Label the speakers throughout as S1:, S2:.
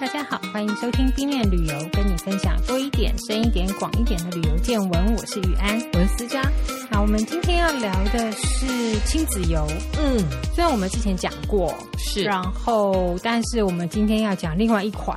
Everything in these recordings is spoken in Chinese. S1: 大家好，欢迎收听 B 面旅游，跟你分享多一点、深一点、广一点的旅游见闻。我是雨安，
S2: 我是思佳。
S1: 好，我们今天要聊的是亲子游，
S2: 嗯，
S1: 虽然我们之前讲过，
S2: 是
S1: 然后但是我们今天要讲另外一款，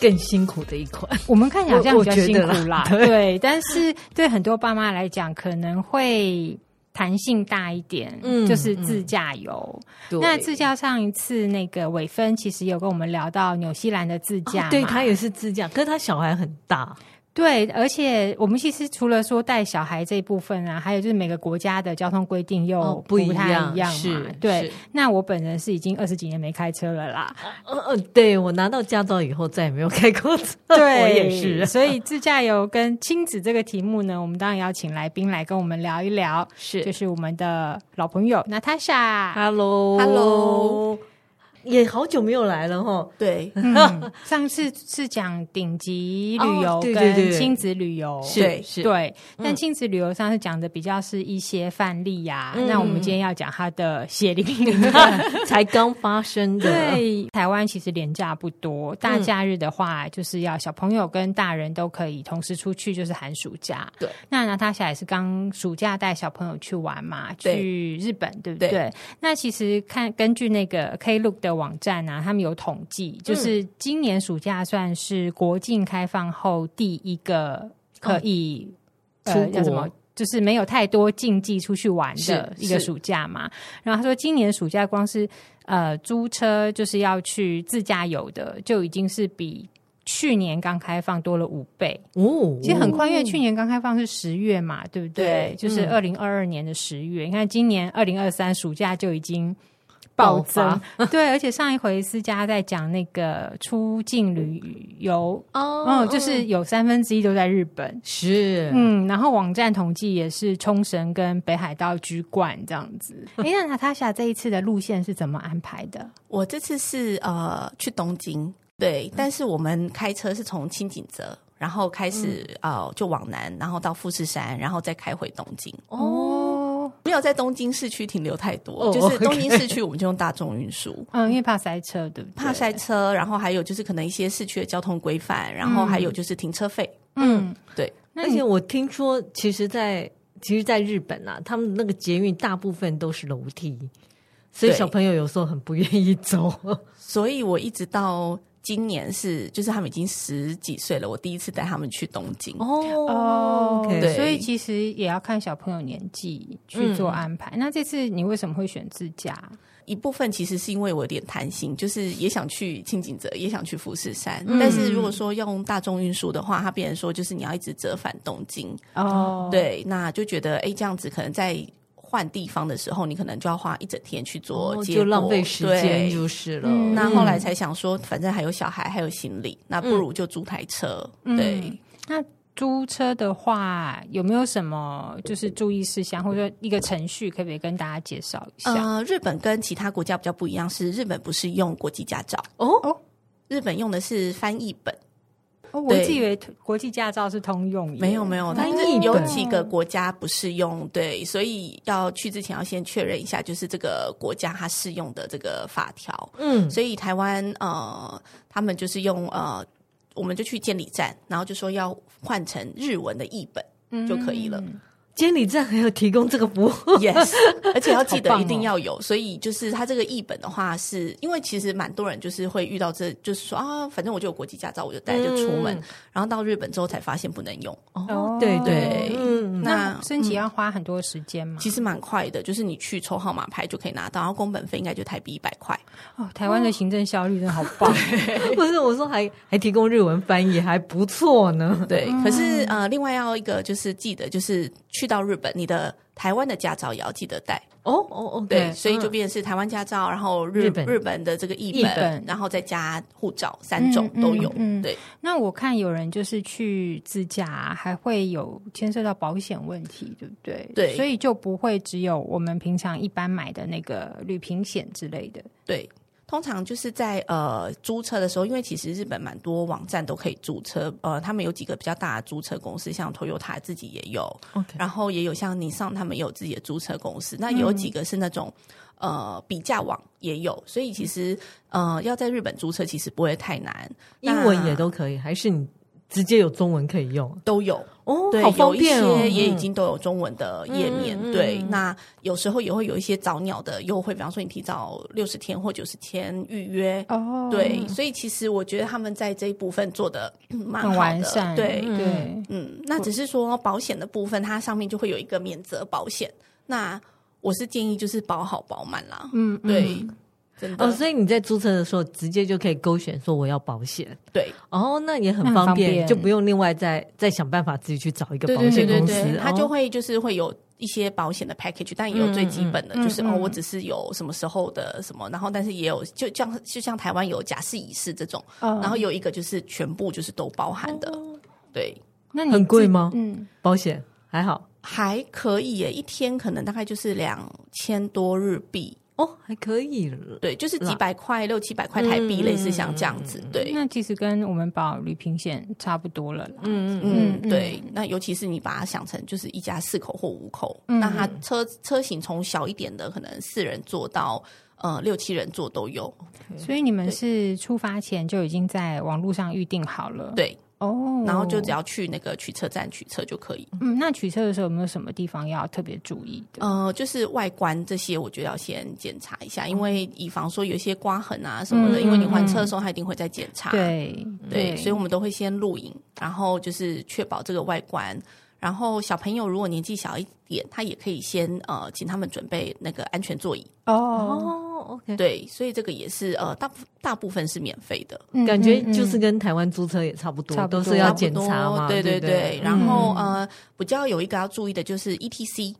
S2: 更辛苦的一 款。
S1: 我们看起来好像比较辛
S2: 我我觉
S1: 苦
S2: 得
S1: 啦
S2: 啦，
S1: 对
S2: 对
S1: 但是对很多爸妈来讲，可能会弹性大一点，
S2: 嗯
S1: 就是自驾游。那自驾上一次那个伟芬其实有跟我们聊到纽西兰的自驾嘛、
S2: 对他也是自驾，可是他小孩很大，
S1: 对，而且我们其实除了说带小孩这一部分啊，还有就是每个国家的交通规定又
S2: 哦不一
S1: 太一
S2: 样
S1: 嘛
S2: 是
S1: 对
S2: 是，
S1: 那我本人是已经二十几年没开车了 啦，
S2: 呃呃，对我拿到驾照以后再也没有开过车，
S1: 对，
S2: 我也是，
S1: 所以自驾游跟亲子这个题目呢，我们当然要请来宾来跟我们聊一聊，就是是我们的老朋友娜塔莎。
S2: Hello，Hello，
S3: Hello
S2: 也好久没有来了哈。
S3: 对，
S1: 嗯，上次是讲顶级旅游
S2: 哦对对
S1: 跟
S2: 对
S1: 亲子旅游，
S3: 对
S2: 是，
S1: 对，但
S2: 嗯
S1: 亲子旅游上是讲的比较是一些范例呀、
S2: 嗯
S1: 那我们今天要讲它的血淋 淋
S2: 才刚发生的，
S1: 对，台湾其实廉价不多，大假日的话，就是要小朋友跟大人都可以同时出去，就是寒暑假。
S3: 对，
S1: 那娜塔莎也是刚暑假带小朋友去玩嘛，
S3: 对
S1: 去日本，对不对？
S3: 对
S1: 那其实看根据那个 Klook 的网站啊，他们有统计，就是今年暑假算是国境开放后第一个可以、
S2: 出
S1: 呃
S2: 国
S1: 叫什么？就是没有太多禁忌出去玩的
S2: 是
S1: 一个
S2: 是
S1: 暑假嘛，然后他说今年暑假光是呃租车就是要去自驾游的，就已经是比去年刚开放多了五倍。
S2: 哦，
S1: 其实很快，因为去年刚开放是十月嘛，对不对？
S3: 对
S1: 就是二零二二年的十
S2: 嗯
S1: 月，你看今年二零二三暑假就已经。暴
S2: 爆
S1: 增， 对，而且上一回思佳在讲那个出境旅游，
S3: 哦
S1: 哦，就是有三分之一都在日本，
S2: 是
S1: 嗯，然后网站统计也是冲绳跟北海道居冠这样 子。哎，那娜塔莎这一次的路线是怎么安排的？
S3: 我这次是呃去东京，
S2: 嗯
S3: 对，但是我们开车是从清景泽，然后开始、
S2: 嗯
S3: 呃就往南，然后到富士山，然后再开回东京。
S1: 哦，
S3: 没有在东京市区停留太多，
S2: 哦
S3: 就是
S2: OK
S3: 东京市区我们就用大众运 输。
S1: 嗯，因为怕塞车，对不对？
S3: 怕塞，车，然后还有就是可能一些市区的交通规范，然后还有就是停车费。
S1: 嗯，
S3: 对，
S1: 那
S2: 而
S1: 你
S2: 且我听说，其实在，其实，在日本啊，他们那个捷运大部分都是楼梯，所以
S3: 对
S2: 小朋友有时候很不愿意走。
S3: 所以我一直到今年是，就是他们已经十几岁了，我第一次带他们去东京。
S1: 哦
S2: OK
S3: 对嗯
S1: 所以其实也要看小朋友年纪去做安排。那这次你为什么会选自驾？
S3: 一部分其实是因为我有点贪心，就是也想去清景泽，也想去富士山。
S2: 嗯
S3: 但是如果说要用大众运输的话，它变成说就是你要一直折返东京，
S1: 哦，，
S3: 对，那就觉得哎这样子可能在换地方的时候，你可能就要花一整天去做
S2: 哦
S3: 接
S2: 就
S3: 驳，
S2: 浪费时间
S3: 对
S2: 就是了。
S1: 嗯
S3: 那后来才想说，反正还有小孩，还有行李，那不
S2: 嗯
S3: 如就租台车。对，
S1: 嗯那。租车的话，有没有什么就是注意事项，或者说一个程序，可不可以跟大家介绍一下？
S3: 呃，日本跟其他国家比较不一样，是日本不是用国际驾照，
S2: 哦，
S3: 日本用的是翻译本。
S1: 哦，我
S3: 对
S1: 一直以为国际驾照是通用耶，
S3: 没有没有，但
S2: 译
S3: 是
S2: 本
S3: 有几个国家不适用，对，所以要去之前要先确认一下，就是这个国家它适用的这个法条。
S2: 嗯，
S3: 所以台湾呃，他们就是用呃，我们就去监理站，然后就说要换成日文的译本。
S2: 嗯
S3: 就可以
S1: 嗯
S3: 了。
S2: 监理站还有提供这个服务
S3: yes，而且要记
S1: 好
S3: 得
S1: 棒哦
S3: 一定要有。所以就是它这个译本的话是，因为其实蛮多人就是会遇到这，就是说啊，反正我就有国际驾照，我就带就出门。
S2: 嗯
S3: 然后到日本之后才发现不能用。
S1: 哦
S2: 对
S3: 对
S2: 嗯，
S1: 那
S3: 那
S1: 升级要花很多时间嘛？
S3: 其实蛮快的，就是你去抽号码牌就可以拿到，然后工本费应该就台币一百块。
S1: 哦，台湾的行政效率真的好 棒，
S2: 不是我说还还提供日文翻译，还不错呢。
S3: 对，可是呃，另外要一个就是记得，就是去到日本，你的台湾的驾照也要记得带。
S2: 哦哦哦，
S3: 对，
S2: 嗯
S3: 所以就变成是台湾驾照，然后日
S2: 日本
S3: 日本的这个译
S1: 译本
S3: 然后再加护照，三种
S1: 嗯
S3: 都有。
S1: 嗯嗯
S3: 对，
S1: 那我看有人就是去自驾、还会有牵涉到保险问题，对不对？
S3: 对
S1: 所以就不会只有我们平常一般买的那个旅行险之类的。
S3: 对。通常就是在呃租车的时候，因为其实日本蛮多网站都可以租车，呃，他们有几个比较大的租车公司，像 Toyota 自己也有，
S2: OK，嗯
S3: 然后也有像尼桑他们也有自己的租车公司，那也有几个是那种、呃比价网也有，所以其实呃要在日本租车其实不会太难，
S2: 英文也都可以，还是你直接有中文可以用？
S3: 都有。
S2: 哦
S3: 对，
S2: 好方便哦
S3: 有一！些也已经都有中文的页面。
S2: 嗯嗯
S3: 对
S2: 嗯，
S3: 那有时候也会有一些早鸟的优惠，比方说你提早六十天或九十天预约。
S1: 哦
S3: 对，所以其实我觉得他们在这一部分做的蛮好
S1: 很
S3: 的，
S1: 完善，
S3: 对，
S2: 嗯
S1: 对，
S3: 嗯，那只是说保险的部分，它上面就会有一个免责保险。那我是建议就是保好保满啦，
S1: 嗯，
S3: 对，
S1: 嗯
S3: 真的，
S2: 哦，所以你在租车的时候，直接就可以勾选说我要保险，
S3: 对
S2: 哦，那也很
S1: 那很
S2: 方
S1: 方
S2: 便，
S1: 便
S2: 就不用另外再再想办法自己去找一个
S3: 对
S2: 保
S3: 对对
S2: 险
S3: 对
S2: 公司
S3: 对，，它
S2: 哦
S3: 就会就是会有。一些保险的 package，但也有最基本的，
S1: 嗯嗯
S3: 就是、
S1: 嗯
S3: 哦，
S1: 嗯
S3: 我只是有什么时候的什么，然后但是也有就像就像台湾有假释、乙释这种，
S1: 嗯
S3: 然后有一个就是全部就是都包含的，
S1: 哦
S3: 对，
S1: 那你
S2: 很贵
S1: 自
S2: 吗
S1: 嗯，
S2: 保险还好
S3: 还可以耶，一天可能大概就是两千多日币，
S2: 哦，还可以了。
S3: 对，就是
S2: 啦
S3: 几百块、六七百块台币，
S2: 嗯
S3: 类似像这样子，对。
S1: 那其实跟我们保旅平险差不多了啦。
S2: 嗯嗯
S3: 嗯
S1: 嗯，
S3: 对，那尤其是你把它想成就是一家四口或五口，
S1: 嗯
S3: 那它车车型从小一点的，可能四人坐到呃六七人坐都有。
S1: 所以你们是出发前就已经在网络上预定好了，
S3: 对，
S1: 哦，
S3: 然后就只要去那个取车站取车就可以。
S1: 嗯，那取车的时候有没有什么地方要特别注意的？
S3: 呃，就是外观这些，我觉得要先检查一下，因为以防说有一些刮痕啊什么的，
S1: 嗯
S3: 因为你
S1: 嗯
S3: 还车的时候它一定会再检
S2: 哦
S3: 查。
S1: 对
S3: 对，所以我们都会先录影，然后就是确保这个外观。然后小朋友如果年纪小一点，他也可以先呃，请他们准备那个安全座椅。
S1: 哦，
S2: 哦，OK，
S3: 对，所以这个也是呃，大部大部分是免费的，
S1: 嗯
S2: 感觉
S1: 嗯
S2: 就是跟台湾租车也差不多，
S1: 差不
S2: 都
S1: 多
S2: 是要
S3: 差不
S2: 检
S3: 多
S2: 查嘛，
S3: 对
S2: 对嗯
S3: 对
S2: 不
S3: 对。
S2: 对。
S3: 然后呃，比较有一个要注意的就是 E T C，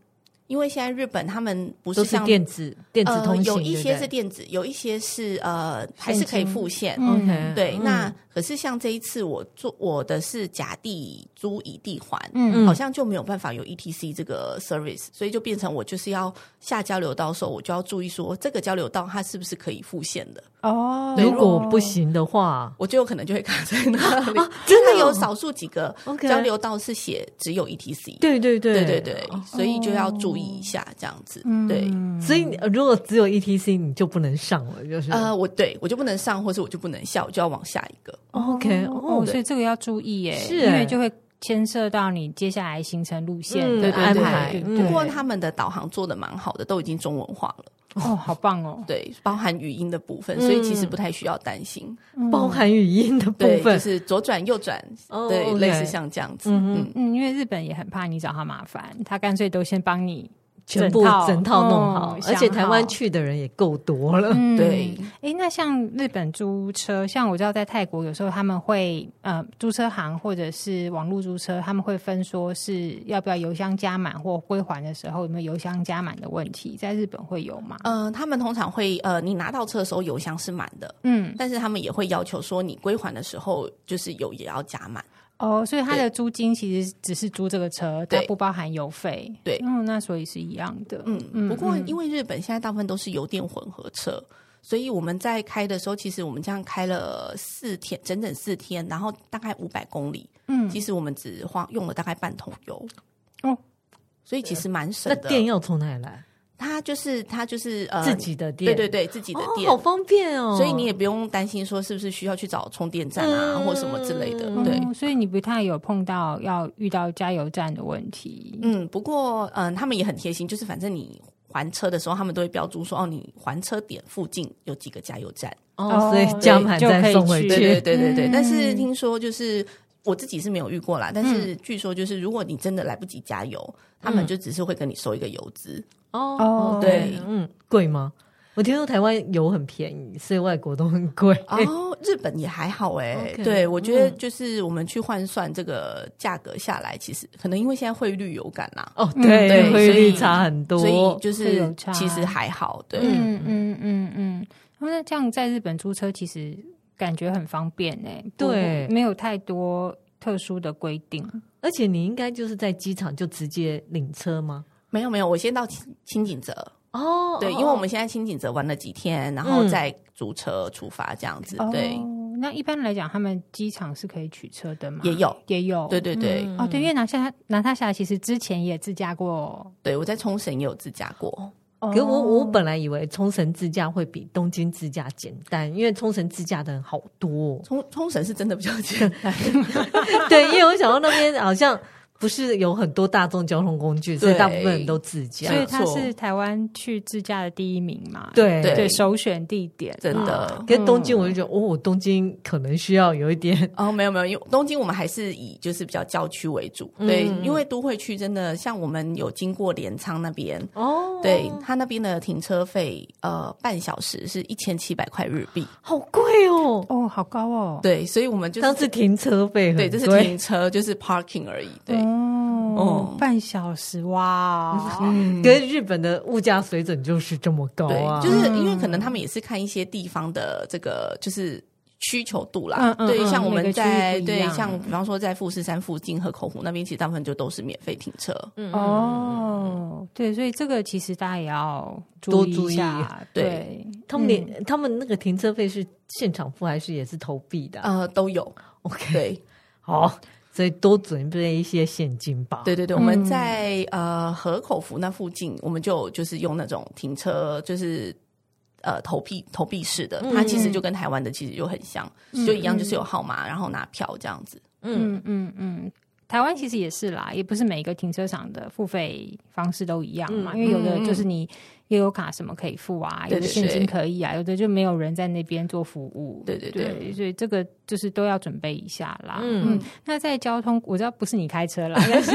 S3: 因为现在日本他们不
S2: 都
S3: 是
S2: 是
S3: 像
S2: 电子电子通行，
S3: 呃，有一些
S2: 对
S3: 是
S2: 不
S3: 电子，有一些是呃还是可以
S1: 现金
S3: 付现。
S1: 嗯
S2: 对 OK，
S3: 对，
S2: 嗯
S3: 那可是像这一次我做我的是甲地租乙地还，
S1: 嗯
S3: 好像就没有办法有 ETC 这个 service，所以就变成我就是要下交流道的时候，我就要注意说这个交流道它是不是可以复线的，
S1: 哦，
S2: 如果不行的话，
S3: 我就有可能就会卡在那 里。
S2: 真的 哦
S3: 它有少数几个
S2: OK
S3: 交流道是写只有 ETC，
S2: 对哦对
S3: 对
S2: 对
S3: 对对，所以就要注意一下这样子。对，
S1: 嗯，
S2: 所以你呃如果只有 ETC，你就不能上了，就是
S3: 呃，我对我就不能上，或是我就不能下，我就要往下一个。
S2: OK
S1: 哦，
S2: 哦，
S1: 所以这个要注意耶，
S2: 是
S1: 因
S2: 哎
S1: 为就会牵涉到你接下来行程路线
S2: 嗯
S1: 的
S2: 对
S1: 安
S2: 对
S1: 排，
S2: 对
S1: 对
S2: 嗯
S3: 不
S1: 对
S3: 过他们的导航做的蛮好的，都已经中文化了，
S1: 哦，好棒哦，
S3: 对，包含语音的部分，
S2: 嗯
S3: 所以其实不太需要担心。
S1: 嗯
S2: 包含语音的部
S3: 对，就
S2: 分，
S3: 是左转右转，
S2: 哦
S3: 对，
S2: OK
S3: 类似像这样子。嗯，
S1: 嗯，因为日本也很怕你找他麻烦，他干脆都先帮你
S2: 全部
S1: 整套
S2: 整套弄好
S1: 嗯，
S2: 而且
S1: 想
S2: 台湾
S1: 好
S2: 去的人也够多了，
S1: 嗯
S3: 对，
S1: 哎，那像日本租车，像我知道在泰国有时候他们会呃，租车行或者是网络租车，他们会分说是要不要油箱加满或归还的时候有没有油箱加满的问题，在日本会有吗？
S3: 呃，他们通常会呃，你拿到车的时候油箱是满的，
S1: 嗯，
S3: 但是他们也会要求说你归还的时候就是油也要加满。
S1: 哦，所以它的租金其实只是租这个车，它
S3: 对
S1: 不包含油费。
S3: 对
S1: 嗯，那所以是一样的。
S3: 嗯，不过因为日本现在大部分都是油电混合车，所以我们在开的时候，其实我们这样开了四天，整整四天，然后大概五百公里，
S1: 嗯
S3: 其实我们只花用了大概半桶油，
S1: 哦，
S3: 所以其实蛮省
S2: 那
S3: 的。
S2: 电要从哪里来？
S3: 它就是它就是呃
S2: 自己的
S3: 对
S2: 电，
S3: 对对自己的
S2: 哦，
S3: 店。
S2: 好方便哦。
S3: 所以你也不用担心说是不是需要去找充电站啊、
S2: 嗯
S3: 或什么之类的，
S1: 哦
S3: 对，
S1: 所以你不太有碰到要遇到加油站的问题。
S3: 嗯，不过嗯，他们也很贴心，就是反正你还车的时候，他们都会标注说哦，你还车点附近有几个加油站，
S2: 哦，所以
S1: 哦
S2: 加满
S1: 对
S2: 再送回
S1: 就
S2: 去，
S1: 可以
S3: 对
S1: 去
S3: 对对对对。
S1: 嗯
S3: 但是听说就是我自己是没有遇过啦，
S2: 嗯
S3: 但是据说就是如果你真的来不及加油，他们就只是会跟你收一个油资，
S2: 哦
S1: 哦
S3: 对
S2: 嗯，贵吗？我听说台湾油很便宜，所以外国都很贵。
S3: 哦，日本也还好哎、
S2: OK，
S3: 对，我觉得
S2: 嗯
S3: 就是我们去换算这个价格下来，其实可能因为现在汇率有感啦、
S2: 哦，对，
S3: 嗯对
S2: 汇
S3: 所
S2: 率
S3: 以
S2: 差很多，
S3: 所以就
S1: 会
S3: 是
S1: 有差
S3: 其实还好，对，
S1: 嗯嗯嗯嗯。然后那这样在日本租车其实感觉很方便呢、不
S2: 对
S1: 没有太多特殊的规定。
S2: 而且你应该就是在机场就直接领车吗？
S3: 没有没有，我先到清清景泽，
S2: 哦，哦
S3: 对，因为我们
S2: 哦
S3: 现在清景泽玩了几天，然后
S2: 嗯
S3: 再租车出发这样子。对，
S1: 哦那一般来讲，他们机场是可以取车的吗？
S3: 也有
S1: 也有，
S3: 对对对、
S2: 嗯
S1: 哦，对，因为拿下拿他下，其实之前也自驾过。
S3: 对，我在冲绳也有自驾
S2: 哦
S3: 过。。
S1: 哦
S2: 可我我本来以为冲绳自驾会比东京自驾简单，因为冲绳自驾的人好多、哦
S3: 冲冲绳是真的比较 简单，
S2: 对，因为我想到那边好像不是有很多大众交通工具，所以
S3: 对
S2: 大部分人都自驾
S1: 所。以他
S3: 没错
S1: 是台湾去自驾的第一名嘛？
S2: 对
S1: 对，嗯首选地点啊
S3: 真
S1: 嘛
S3: 的。
S2: 跟东京我就觉得、哦，东京可能需要有一点
S3: 哦，没有没有，因为东京我们还是以就是比较郊区为主，对，
S2: 嗯
S3: 因为都会区真的像我们有经过镰仓那边，
S2: 哦，
S3: 对，他那边的停车费呃半小时是一千七百块日币，
S2: 好贵哦。
S1: 哦，好高哦。
S3: 对，所以我们就
S2: 当
S3: 是
S2: 时停车费很
S3: 对，这 是
S2: 贵
S3: 停车就是 parking 而已，对，
S1: 哦
S3: 哦，
S1: 半小时哇哦！
S2: 跟日本的物价水准就是这么高
S3: 对
S2: 啊，，
S3: 就是因为可能他们也是看一些地方的这个就是。需求度啦，
S1: 嗯嗯
S3: 对，
S1: 嗯
S3: 像我
S1: 每个
S3: 们
S1: 区域
S3: 在
S1: 不一
S3: 对，
S1: 样
S3: 像比方说在富士山附近和口湖那边，其实大部分就都是免费停车。
S2: 嗯
S1: 哦，对，所以这个其实大家也要
S2: 多
S1: 意
S2: 注
S1: 一
S2: 意
S1: 下。
S3: 对
S1: 对，
S2: 他们连、他们那个停车费是现场付还是也是投币的啊、
S3: 呃，都有，
S2: OK，
S3: 对，
S2: 好，所以多准备一些现金吧。
S3: 对对对，我们在、呃河口湖那附近，我们就就是用那种停车，就是呃投币投币式的，
S2: 嗯
S3: 它其实就跟台湾的其实就很像，就一样，就是有号码，然后拿票这样子。
S1: 嗯嗯嗯，台湾其实也是啦，也不是每一个停车场的付费方式都一样嘛，因为有的就是你悠游卡什么可以付啊，
S3: 对
S1: 有的
S3: 对
S1: 现
S3: 对
S1: 金可以啊，有的就没有人在那边做服务。
S3: 对对对
S1: 对，所以这个就是都要准备一下啦。
S2: 嗯
S1: 嗯，那在交通，我知道不是你开车啦，但是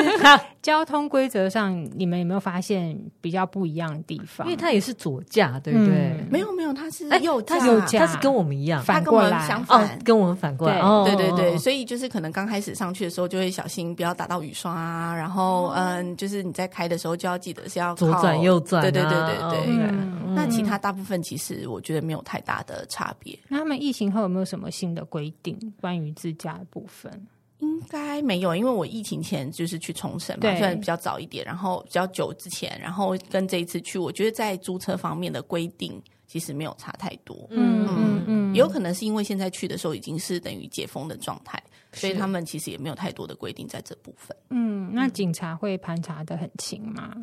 S1: 交通规则上，你们有没有发现比较不一样的地方？
S2: 因为它也是左驾，对不对？
S1: 嗯
S3: 没有没有，它是
S2: 哎
S3: 右驾，
S2: 它是
S1: 右驾
S2: 它是跟我们一样
S1: 反
S3: 它跟我
S1: 过
S3: 们
S1: 来
S3: 相
S2: 哦
S3: 反，
S2: 跟我们反过来
S1: 对
S2: 哦，
S3: 对对对，
S2: 哦
S3: 所以就是可能刚开始上去的时候就会小心，不要打到雨刷啊。然后嗯，就是你在开的时候就要记得是要
S2: 左
S3: 靠
S2: 转右转啊
S3: 对对对对对。
S1: 嗯
S3: 那其他大部分其实我觉得没有太大的差别，
S1: 那他们疫情后有没有什么新的规定关于自驾的部分？
S3: 应该没有，因为我疫情前就是去冲绳嘛，
S1: 对
S3: 虽然比较早一点，然后比较久之前，然后跟这一次去，我觉得在租车方面的规定其实没有差太多。
S1: 嗯嗯嗯，
S3: 也有可能是因为现在去的时候已经是等于解封的状态，所以他们其实也没有太多的规定在这部分。
S1: 嗯，那警察会盘查的很勤吗？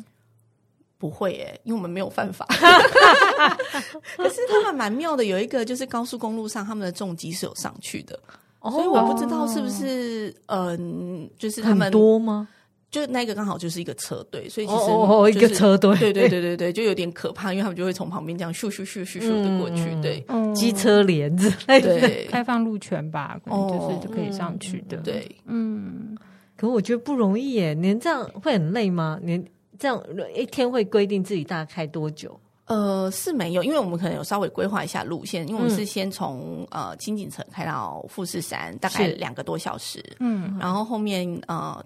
S3: 不会耶、因为我们没有犯法。
S2: 嗯
S3: 可是他们蛮妙的，有一个就是高速公路上他们的重机是有上去的，
S2: 哦
S3: 所以我不知道是不是嗯、就是他们
S2: 很多吗？
S3: 就那个刚好就是一个车队，所以其
S2: 哦
S3: 实、
S2: 哦哦，一个，车 队，
S3: 对对对对对，就有点可怕，因为他们就会从旁边这样咻咻咻咻咻的过去，
S2: 嗯嗯
S3: 对
S1: 嗯
S2: 机车帘子。哎，
S3: 对
S1: 开放路权吧，可能就是
S3: 哦
S1: 就可以上去的。，
S3: 对，
S1: 嗯，
S2: 可我觉得不容易耶，您这样会很累吗？您这样一天会规定自己大概开多久？
S3: 呃是没有，因为我们可能有稍微规划一下路线，因为我们是先从、呃金井城开到富士山，大概
S2: 是
S3: 两个多小时，
S1: 嗯，
S3: 然后后面呃。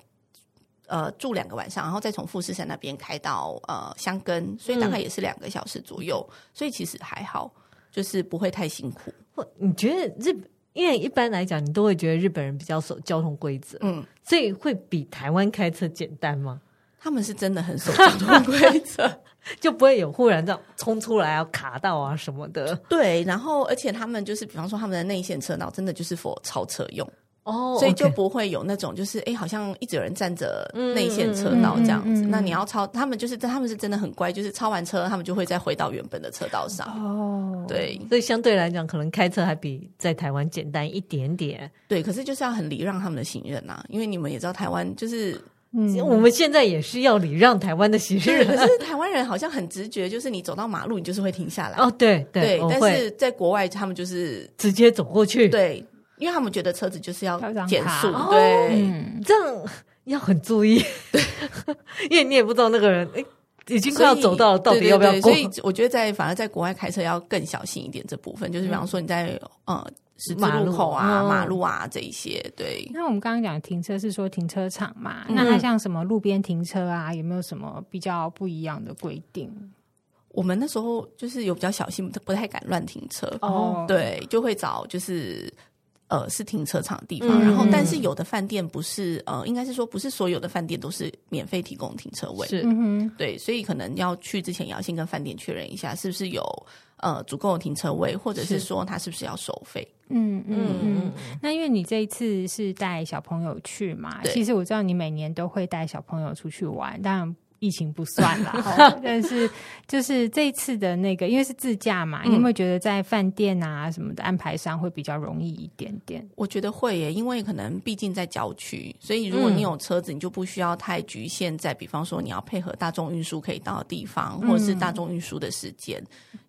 S3: 呃，住两个晚上，然后再从富士山那边开到呃箱根，所以大概也是两个小时左右，所以其实还好，就是不会太辛苦。
S2: 或你觉得日本？因为一般来讲，你都会觉得日本人比较守交通规则，
S3: 嗯，
S2: 所以会比台湾开车简单吗？
S3: 他们是真的很守交通规则，
S2: 就不会有忽然这样冲出来啊、卡到啊什么 的。
S3: 对，然后而且他们就是，比方说他们的内线车道真的就是 for 超车用，
S2: 哦
S3: 所以就不会有那种就是哎、诶好像一直有人站着
S2: 嗯
S3: 内线车道这样子。
S1: 嗯嗯嗯嗯
S3: 那你要超，他们就是他们是真的很乖，就是超完车他们就会再回到原本的车道上。
S1: 哦，
S3: 对
S2: 所以相对来讲，可能开车还比在台湾简单一点点。
S3: 对，可是就是要很礼让他们的行人呐、因为你们也知道台湾 就是，
S1: 嗯，
S2: 我们现在也是要礼让台湾的行
S3: 对，可
S2: 人。
S3: 是台湾人好像很直觉，就是你走到马路你就是会停下来，
S2: 哦，对
S3: 对，
S2: 我
S3: 但
S2: 会
S3: 是在国外他们就是
S2: 直接走过去。，
S3: 对，因为他们觉得车子就是要
S1: 要让
S3: 减
S1: 它
S3: 速，
S1: 哦
S3: 对。
S1: 嗯，
S2: 这样要很注意，因为你也不知道那个人哎已经快要走到了，到
S3: 所以
S2: 底要不要
S3: 对
S2: 过
S3: 对对？所以我觉得在反而在国外开车要更小心一点这部分，就是比方说你在、呃十字路口
S2: 嗯
S3: 啊、
S2: 马
S3: 马
S2: 路嗯
S3: 路啊这一些，对。
S1: 那我们刚刚讲停车是说停车场嘛，
S3: 嗯
S1: 那它像什么路边停车啊，有没有什么比较不一样的规定？
S3: 我们那时候就是有比较小心，不太敢乱停车，
S1: 哦
S3: 对，就会找就是。呃是停车场的地方，
S2: 嗯
S3: 然后但是有的饭店不是呃，应该是说不是所有的饭店都是免费提供停车位，
S2: 是
S1: 嗯哼，
S3: 对，所以可能要去之前也要先跟饭店确认一下，是不是有呃足够的停车位，或者是
S2: 是
S3: 说它是不是要收费？
S1: 嗯嗯嗯
S2: 嗯。
S1: 那因为你这一次是带小朋友去嘛，
S3: 对
S1: 其实我知道你每年都会带小朋友出去玩，当然。疫情不算 啦，哦但是就是这一次的那个，因为是自驾嘛，
S3: 嗯
S1: 你有没有觉得在饭店啊什么的安排上会比较容易一点点？
S3: 我觉得会耶，因为可能毕竟在郊区，所以如果你有车子，你就不需要太局限在，比方说你要配合大众运输可以到的地方，或者是大众运输的时间，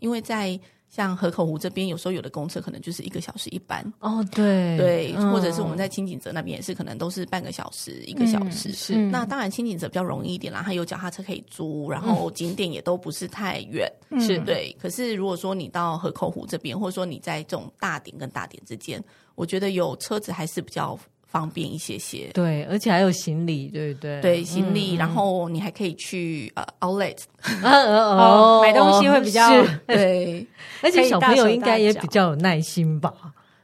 S3: 因为在。像河口湖这边，有时候有的公车可能就是一个小时一班，
S2: 哦，对
S3: 对，
S2: 嗯
S3: 或者是我们在清景泽那边也是，可能都是半个小时、一个小时。
S2: 是
S1: 嗯
S3: 那当然，清景泽比较容易一点啦，它有脚踏车可以租，然
S2: 嗯
S3: 后景点也都不是太远，
S2: 是
S3: 对。可是如果说你到河口湖这边，或者说你在这种大点跟大点之间，我觉得有车子还是比较方便一些些。
S2: 对，而且还有行李，对不对？
S3: 对行李，然后你还可以去呃 outlet，
S2: 嗯，嗯哦
S1: 哦买东西会比较
S2: 是
S3: 对，
S2: 而且小朋友应该也
S1: 可以大手大脚
S2: 比较有耐心吧，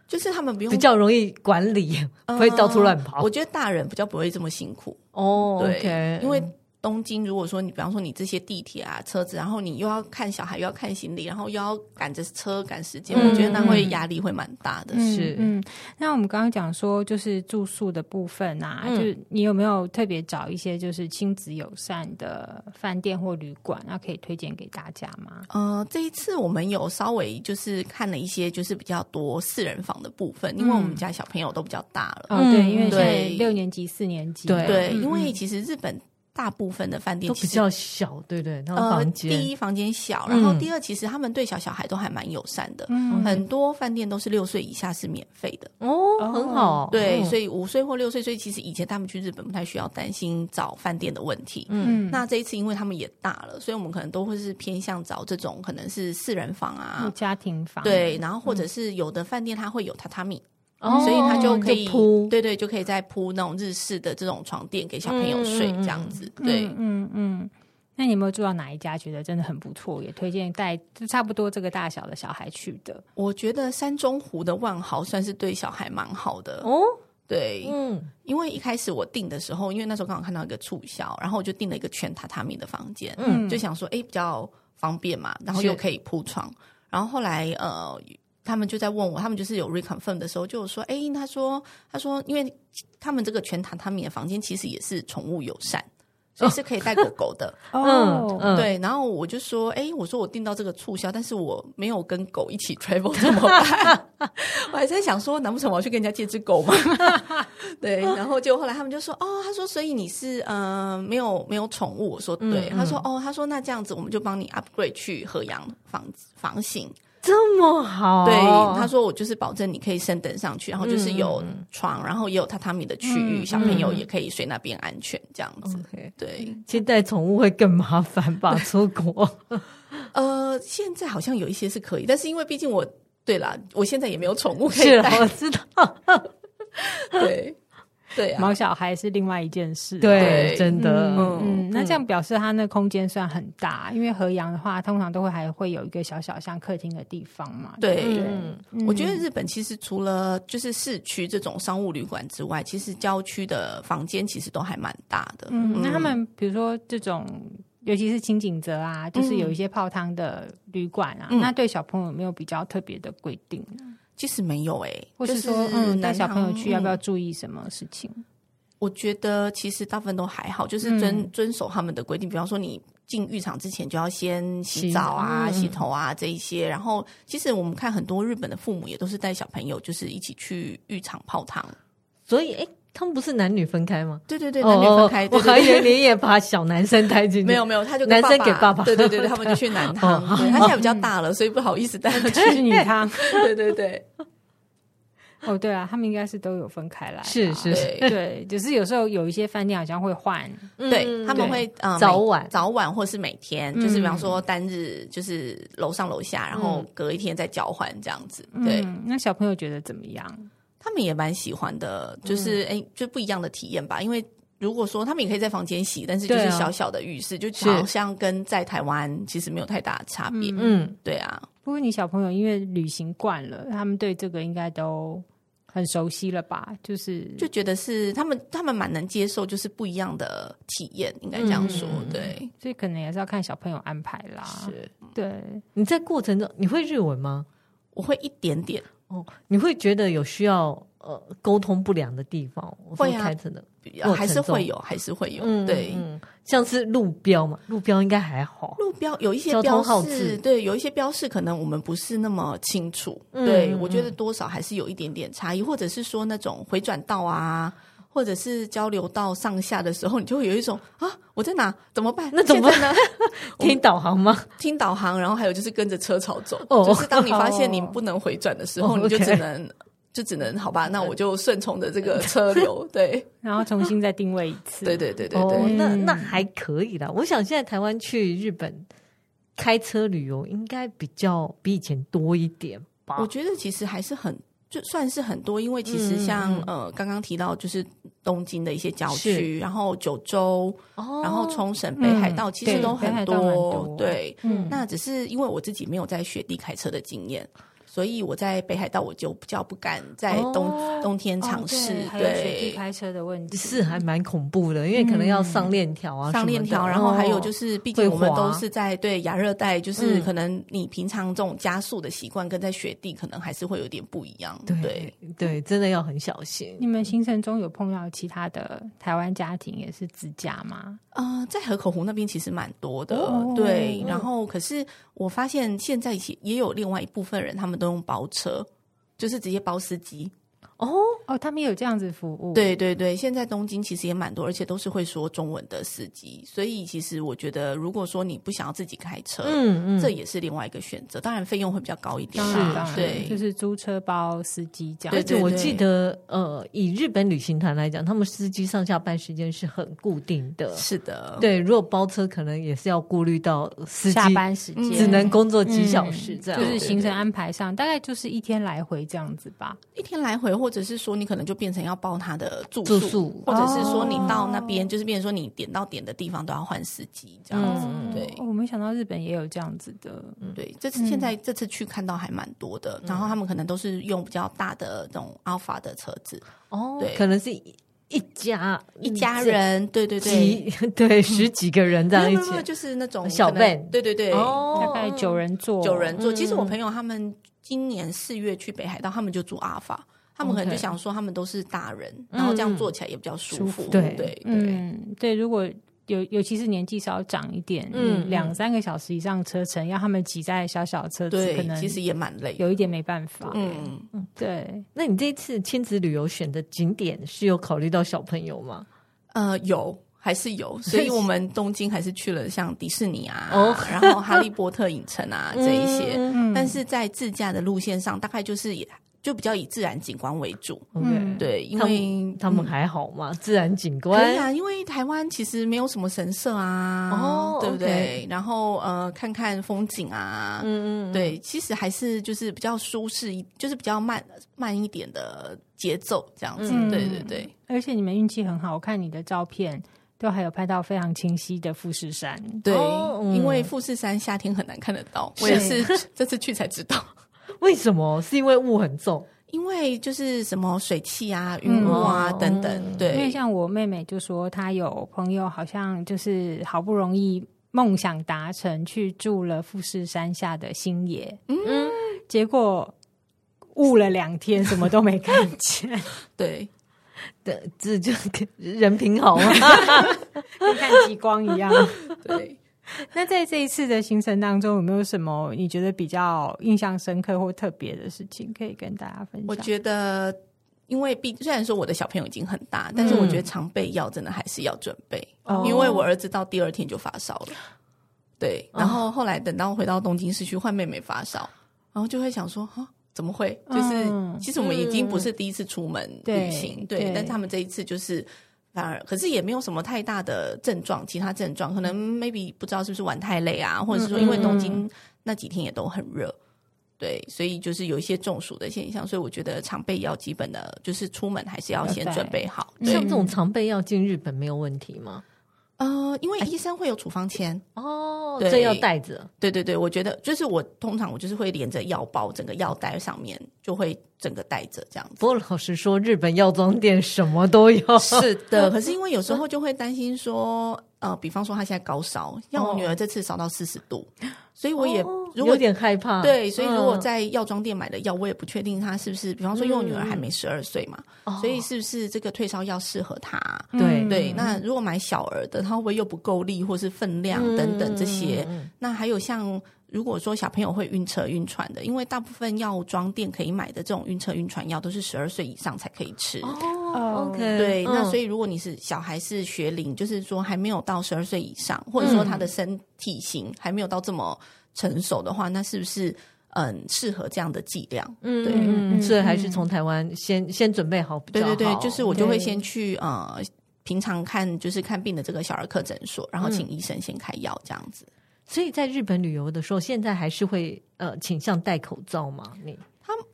S3: 就是他们不用呃
S2: 比较容易管理，不会到处乱跑
S3: 我。觉得大人比较不会这么辛苦，
S2: 哦
S3: 嗯对
S2: ，OK，
S3: 因为东京，如果说你比方说你这些地铁啊、车子，然后你又要看小孩，又要看行李，然后又要赶着车赶时间，
S2: 嗯
S3: 我觉得那会压力会蛮大的。
S1: 嗯
S2: 是
S1: 嗯，那我们刚刚讲说，就是住宿的部分啊，
S2: 嗯
S1: 就是你有没有特别找一些就是亲子友善的饭店或旅馆，那可以推荐给大家吗？
S3: 呃，这一次我们有稍微就是看了一些就是比较多四人房的部分，因为我们家小朋友都比较大了，
S1: 哦，
S2: 嗯
S1: 对，因为现在
S3: 对
S1: 六年级、四年级，
S2: 对
S3: 对，
S1: 嗯
S3: 因为其实日本大部分的饭店
S2: 都
S3: 其
S2: 比
S3: 实。
S2: 较小，对不对？那种
S3: 呃，
S2: 房间，
S3: 第一房间小，然后
S2: 嗯
S3: 第二，其实他们对小小孩都还蛮友善的，
S1: 嗯
S3: 很多饭店都是六岁以下是免费的。
S2: 哦，很好，
S3: 对，所
S2: 以
S3: 以五岁或六岁，所以其实以前他们去日本不太需要担心找饭店的问题。
S1: 嗯，
S3: 那这一次因为他们也大了，所以我们可能都会是偏向找这种可能是四人房
S1: 有
S3: 啊，
S1: 家庭房，
S3: 对，然后或者是有的饭店它会有榻榻米，
S2: 哦
S3: 所以它就可以
S2: 铺，
S3: 对对，就可以再铺那种日式的这种床垫给小朋友睡
S2: 嗯嗯嗯
S3: 这样子，
S1: 嗯，
S3: 对。
S1: 嗯嗯。那你有没有住到哪一家觉得真的很不错，也推荐带就差不多这个大小的小孩去的？
S3: 我觉得山中湖的万豪算是对小孩蛮好的，
S2: 哦，
S3: 对，
S2: 嗯，
S3: 因为一开始我订的时候，因为那时候刚好看到一个促销，然后我就订了一个全榻榻米的房间，
S1: 嗯
S3: 就想说，哎、比较方便嘛，然后
S2: 是
S3: 又可以铺床。然后后来呃，他们就在问我，他们就是有 reconfirm 的时候，就有说，哎、他说，他说，因为他们这个全榻榻米的房间其实也是宠物友善，所以是可以带狗狗的。
S1: 哦
S2: 嗯嗯
S3: 对，然后我就说，哎、我说我订到这个促销，但是我没有跟狗一起 travel 怎么办？我还在想说，难不成我要去跟人家借只狗吗？ 对，然后就后来他们就说，哦，他说，所以你是呃没有没有宠物？我说对，他说哦，他说那这样子我们就帮你 upgrade 去合阳房房型。
S2: 这么好，
S3: 对，他说我就是保证你可以升等上去，然后就是有床，然后也有榻榻米的区域，小朋友也可以睡那边安全这样子。
S2: OK
S3: 对，
S2: 其实带宠物会更麻烦吧？出 国，
S3: 呃，现在好像有一些是可以，但是因为毕竟我对啦，我现在也没有宠物可
S2: 是
S3: 以
S2: 啊
S3: 带，
S2: 我知道，
S3: 对对啊，
S1: 毛小孩是另外一件事，
S2: 对，
S3: 对
S2: 真的，
S3: 嗯
S1: 嗯，那这样表示它那空间算很大，因为河阳的话，通常都会还会有一个小小像客厅的地方嘛。
S3: 对。
S2: 嗯，
S1: 嗯
S3: 我觉得日本其实除了就是市区这种商务旅馆之外，其实郊区的房间其实都还蛮大的。
S1: 嗯，那他们比如说这种，尤其是清景泽啊，就是有一些泡汤的旅馆啊，
S3: 嗯
S1: 那对小朋友有没有比较特别的规定，
S3: 其实没有诶、欸
S1: 或
S3: 就是
S1: 说嗯，带
S3: 南
S1: 小朋友去
S3: 航
S1: 要不要
S3: 嗯
S1: 注意什么事 情？
S3: 我觉得其实大部分都还好，就是遵、遵守他们的规定，比方说你。进浴场之前就要先洗澡啊、洗头啊这一些，然后其实我们看很多日本的父母也都是带小朋友，就是一起去浴场泡汤。
S2: 所以哎，他们不是男女分开吗？
S3: 对对对，
S2: 哦
S3: 男女分开。
S2: 我
S3: 对对
S2: 还以
S3: 对
S2: 为你也把小男生带进去，
S3: 没有，没有，他就跟
S2: 男生给爸爸
S3: 对对对，对他们就去男 汤。
S2: 哦好
S3: 对他现在比较大了，所以不好意思带他去。
S1: 去女汤
S3: 对对对，
S1: 哦，对啊，他们应该是都有分开来啦，啊
S2: 是是
S3: 对
S1: 对，只是有时候有一些饭店好像会换，
S3: 嗯对，他们会
S2: 嗯
S3: 呃
S2: 早
S3: 每
S2: 晚
S3: 早晚嗯或是每天，就是比方说单日就是楼上楼下，然后隔一天再交换这样子。对，
S1: 嗯，那小朋友觉得怎么样？
S3: 他们也蛮喜欢的，
S2: 嗯
S3: 就是哎、诶就不一样的体验吧。因为如果说他们也可以在房间洗，但是就
S2: 对
S3: 是
S2: 啊
S3: 小小的浴室，就是好像跟在台湾其实没有太大的差别。
S2: 嗯。
S3: 对啊，
S1: 不过你小朋友因为旅行惯了，他们对这个应该都很熟悉了吧？就是
S3: 就觉得是他们他们蛮能接受，就是不一样的体验，应该这样说，
S2: 嗯
S3: 对。
S1: 所以可能也是要看小朋友安排啦。
S3: 是，
S1: 对，
S2: 你在过程中你会日文吗？
S3: 我会一点点，
S2: 哦，你会觉得有需要呃沟通不良的地方？我说
S3: 会啊
S2: 开车的，过程中
S3: 还是会有，还是会有，
S2: 嗯，
S3: 对。
S2: 嗯，像是路标嘛，路标应该还好，
S3: 路标有一些
S2: 交通
S3: 标
S2: 号
S3: 示
S2: 志，
S3: 对，有一些标示可能我们不是那么清楚，
S2: 嗯
S3: 对
S2: 嗯
S3: 我觉得多少还是有一点点差异，或者是说那种回转道啊，或者是交流道上下的时候，你就会有一种啊，我在哪？怎么办？
S2: 那怎么办
S3: 现在呢？我
S2: 听导航吗？
S3: 听导航，然后还有就是跟着车潮走，
S2: 哦
S3: 就是当你发现你不能回转的时候，
S2: 哦
S3: 你就
S2: OK
S3: 只能。就只能好吧，那我就顺从着 这个车流，对
S1: 然后重新再定位一次。
S3: 对对对对
S2: 哦，
S3: 对，
S2: 那
S1: 嗯
S2: 那还可以啦。我想现在台湾去日本开车旅游应该比较比以前多一点
S1: 啊
S2: 吧
S3: 我。觉得其实还是很就算是很多，因为其实
S2: 嗯
S3: 像
S2: 嗯
S3: 呃刚刚提到就是东京的一些郊区，然后九州，
S2: 哦
S3: 然后冲绳、北海道，其
S1: 嗯
S3: 实
S1: 对
S3: 都
S1: 北
S3: 很
S1: 海道蛮多
S3: 对，
S1: 嗯
S3: 那只是因为我自己没有在雪地开车的经验。所以我在北海道，我就比较不敢在冬、
S2: 哦
S3: 冬天
S1: 哦
S3: 尝试、
S1: 对还有雪地开车的问题
S2: 是还蛮恐怖的，因为可能要上链条啊什么的，
S3: 上链条，然后还
S1: 哦
S3: 有就是，毕竟我们
S2: 会滑
S3: 都是在对亚热带，就是
S2: 嗯
S3: 可能你平常这种加速的习惯，跟在雪地可能还是会有点不一样。
S2: 对
S3: 对
S2: 对对，真的要很小心。
S1: 你们行程中有碰到其他的台湾家庭也是自驾吗？
S3: 呃，在河口湖那边其实蛮多的，
S1: 哦
S3: 对。
S2: 嗯
S3: 然后，可是我发现现在也也有另外一部分人，他们都用包车，就是直接包司机。
S2: 哦，
S1: 哦，他们也有这样子服务。，
S3: 对对对，现在东京其实也蛮多，而且都是会说中文的司机。所以，其实我觉得，如果说你不想要自己开车，
S2: 嗯嗯，
S3: 这也是另外一个选择。当然，费用会比较高一点
S1: 当
S3: 啦，
S1: 然当然，
S3: 对，
S1: 就是租车包司机这样。
S3: 对
S2: 而
S3: 对
S2: 且我记得，呃，以日本旅行团来讲，他们司机上下班时间是很固定的。
S3: 是的，
S2: 对，如果包车，可能也是要顾虑到司机
S1: 下班时间
S3: 嗯
S2: 只能工作几小时这样。
S1: 就是
S3: 对
S1: 行程安排上大概就是一天来回这样子吧。
S3: 一天来回，或者是说你可能就变成要包他的住
S2: 住
S3: 宿，
S2: 宿哦
S3: 或者是说你到那边、就是变成说你点到点的地方都要换司机这样子，
S2: 嗯
S3: 对。
S1: 哦我没想到日本也有这样子的。
S3: 对，这次现在这次去看到还蛮多的，然
S2: 嗯
S3: 后他们可能都是用比较大的这种 Alpha 的车子，
S2: 哦
S3: 对，
S2: 可能是一一家
S3: 一家人，对对对，
S2: 几 对十几个人这样
S3: 没有没
S2: 一
S3: 有
S2: 起
S3: 没有，就是那种
S2: 小
S3: 可能
S2: van
S3: 对对对，
S2: 哦
S1: 大概九人座，
S3: 九人座。其实我
S2: 嗯
S3: 朋友他们今年四月去北海道，他们就住 Alpha，他们可能
S2: OK 嗯
S3: 就想说他们都是大人，然后这样坐起来也比较舒
S1: 舒
S3: 服，
S1: 服
S3: 对
S2: 对
S3: 对。
S1: 嗯，对，如果有尤其是年纪稍长一点，
S2: 嗯
S1: 嗯，两三个小时以上车程，要他们挤在小小车子，可
S3: 对，
S1: 能
S3: 其实也蛮累。
S1: 有一点没办法。
S3: 嗯，
S1: 对，
S2: 那你这一次亲子旅游选的景点是有考虑到小朋友吗？
S3: 呃，有还是有，所以我们东京还是去了像迪士尼啊，
S2: 哦
S3: 然后哈利波特影城 啊这一些，
S1: 嗯
S3: 但是在自驾的路线上，大概就是也就比较以自然景观为主。
S2: ，OK，
S1: 嗯
S3: 对，因
S2: 他
S3: 为
S2: 他们还好吗？自然景
S3: 可以
S2: 观
S3: 啊，因为台湾其实没有什么神社啊，
S2: 哦
S3: 对不
S2: OK
S3: 对？然后呃，看看风景啊，
S2: 嗯嗯嗯
S3: 对，其实还是就是比较舒适一，就是比较慢慢一点的节奏这样子，
S1: 嗯
S3: 对对对。
S1: 而且你们运气很好，我看你的照片都还有拍到非常清晰的富士山。
S3: 对，
S2: 哦嗯
S3: 因为富士山夏天很难看得到，
S1: 是
S3: 我也是 这次去才知道，
S2: 为什么？是因为雾很重
S3: 因为就是什么水汽啊、云雾啊、
S2: 嗯
S3: 等等，
S2: 嗯
S1: 因为
S3: 对，
S1: 像我妹妹就说，她有朋友好像就是好不容易梦想达成，去住了富士山下的星野，
S2: 嗯
S1: 嗯，结果雾了两天，什么都没看 见。
S3: 对，
S2: 对，这就人品好啊。
S1: 跟看极光一样。
S3: 对。
S1: 那在这一次的行程当中，有没有什么你觉得比较印象深刻或特别的事情可以跟大家分享？
S3: 我觉得，因为毕虽然说我的小朋友已经很大，但是我觉得常备药真的还是要准备，
S1: 嗯哦
S3: 因为我儿子到第二天就发烧了，对，
S1: 哦
S3: 然后后来等到回到东京市区换妹妹发烧，然后就会想说啊。怎么会？就是、
S1: 嗯
S3: 其实我们已经不是第一次出门旅行，
S1: 对
S3: 对，
S1: 对
S3: 但是他们这一次就是反而，可是也没有什么太大的症状，其他症状可能
S1: 嗯
S3: maybe 不知道是不是玩太累啊，或者是说因为东京那几天也都很热，对，所以就是有一些中暑的现象，所以我觉得常备药基本的就是出门还是要先准备好。嗯
S1: 对
S3: 对
S2: 像这种常备要进日本没有问题吗？
S3: 呃，因为医生会有处方签，
S2: 哦，
S3: 对
S2: 这要带着，
S3: 对对对，我觉得就是我通常我就是会连着药包整个药袋上面就会整个带着这样子。
S2: 不过老实说，日本药妆店什么都有，
S3: 是的，可是因为有时候就会担心说，呃，比方说她现在高烧，像我女儿这次烧到四十度，所以我也、
S2: 哦
S3: 如果
S2: 有点害怕，
S3: 对，所以如果
S2: 嗯
S3: 在药妆店买的药，我也不确定她是不是，比方说因为我女儿还没十二岁嘛，
S2: 嗯哦嗯
S3: 所以是不是这个退烧药适合她？
S1: 嗯
S2: 对
S3: 对，那如果买小儿的，它会不会又不够力，或是分量等等这些？
S2: 嗯
S3: 那还有像如果说小朋友会晕车晕船的，因为大部分药妆店可以买的这种晕车晕船药都是十二岁以上才可以吃。
S2: 哦，OK，
S3: 对，那所
S2: 以
S3: 以如果你是小孩是学龄，就是说还没有到十二岁以上，或者说他的身体型还没有到这么成熟的话，那是不是嗯适合这样的剂量？
S2: 嗯
S3: 对
S2: 嗯，嗯
S1: 嗯
S2: 所以还是从台湾先先准备好比
S3: 对
S2: 较
S3: 对
S2: 好，
S3: 对，就是我就会
S1: 对
S3: 先去呃平常看就是看病的这个小儿科诊所，然后请医生先开药这样子。
S2: 所以在日本旅游的时候，现在还是会呃倾向戴口罩吗？你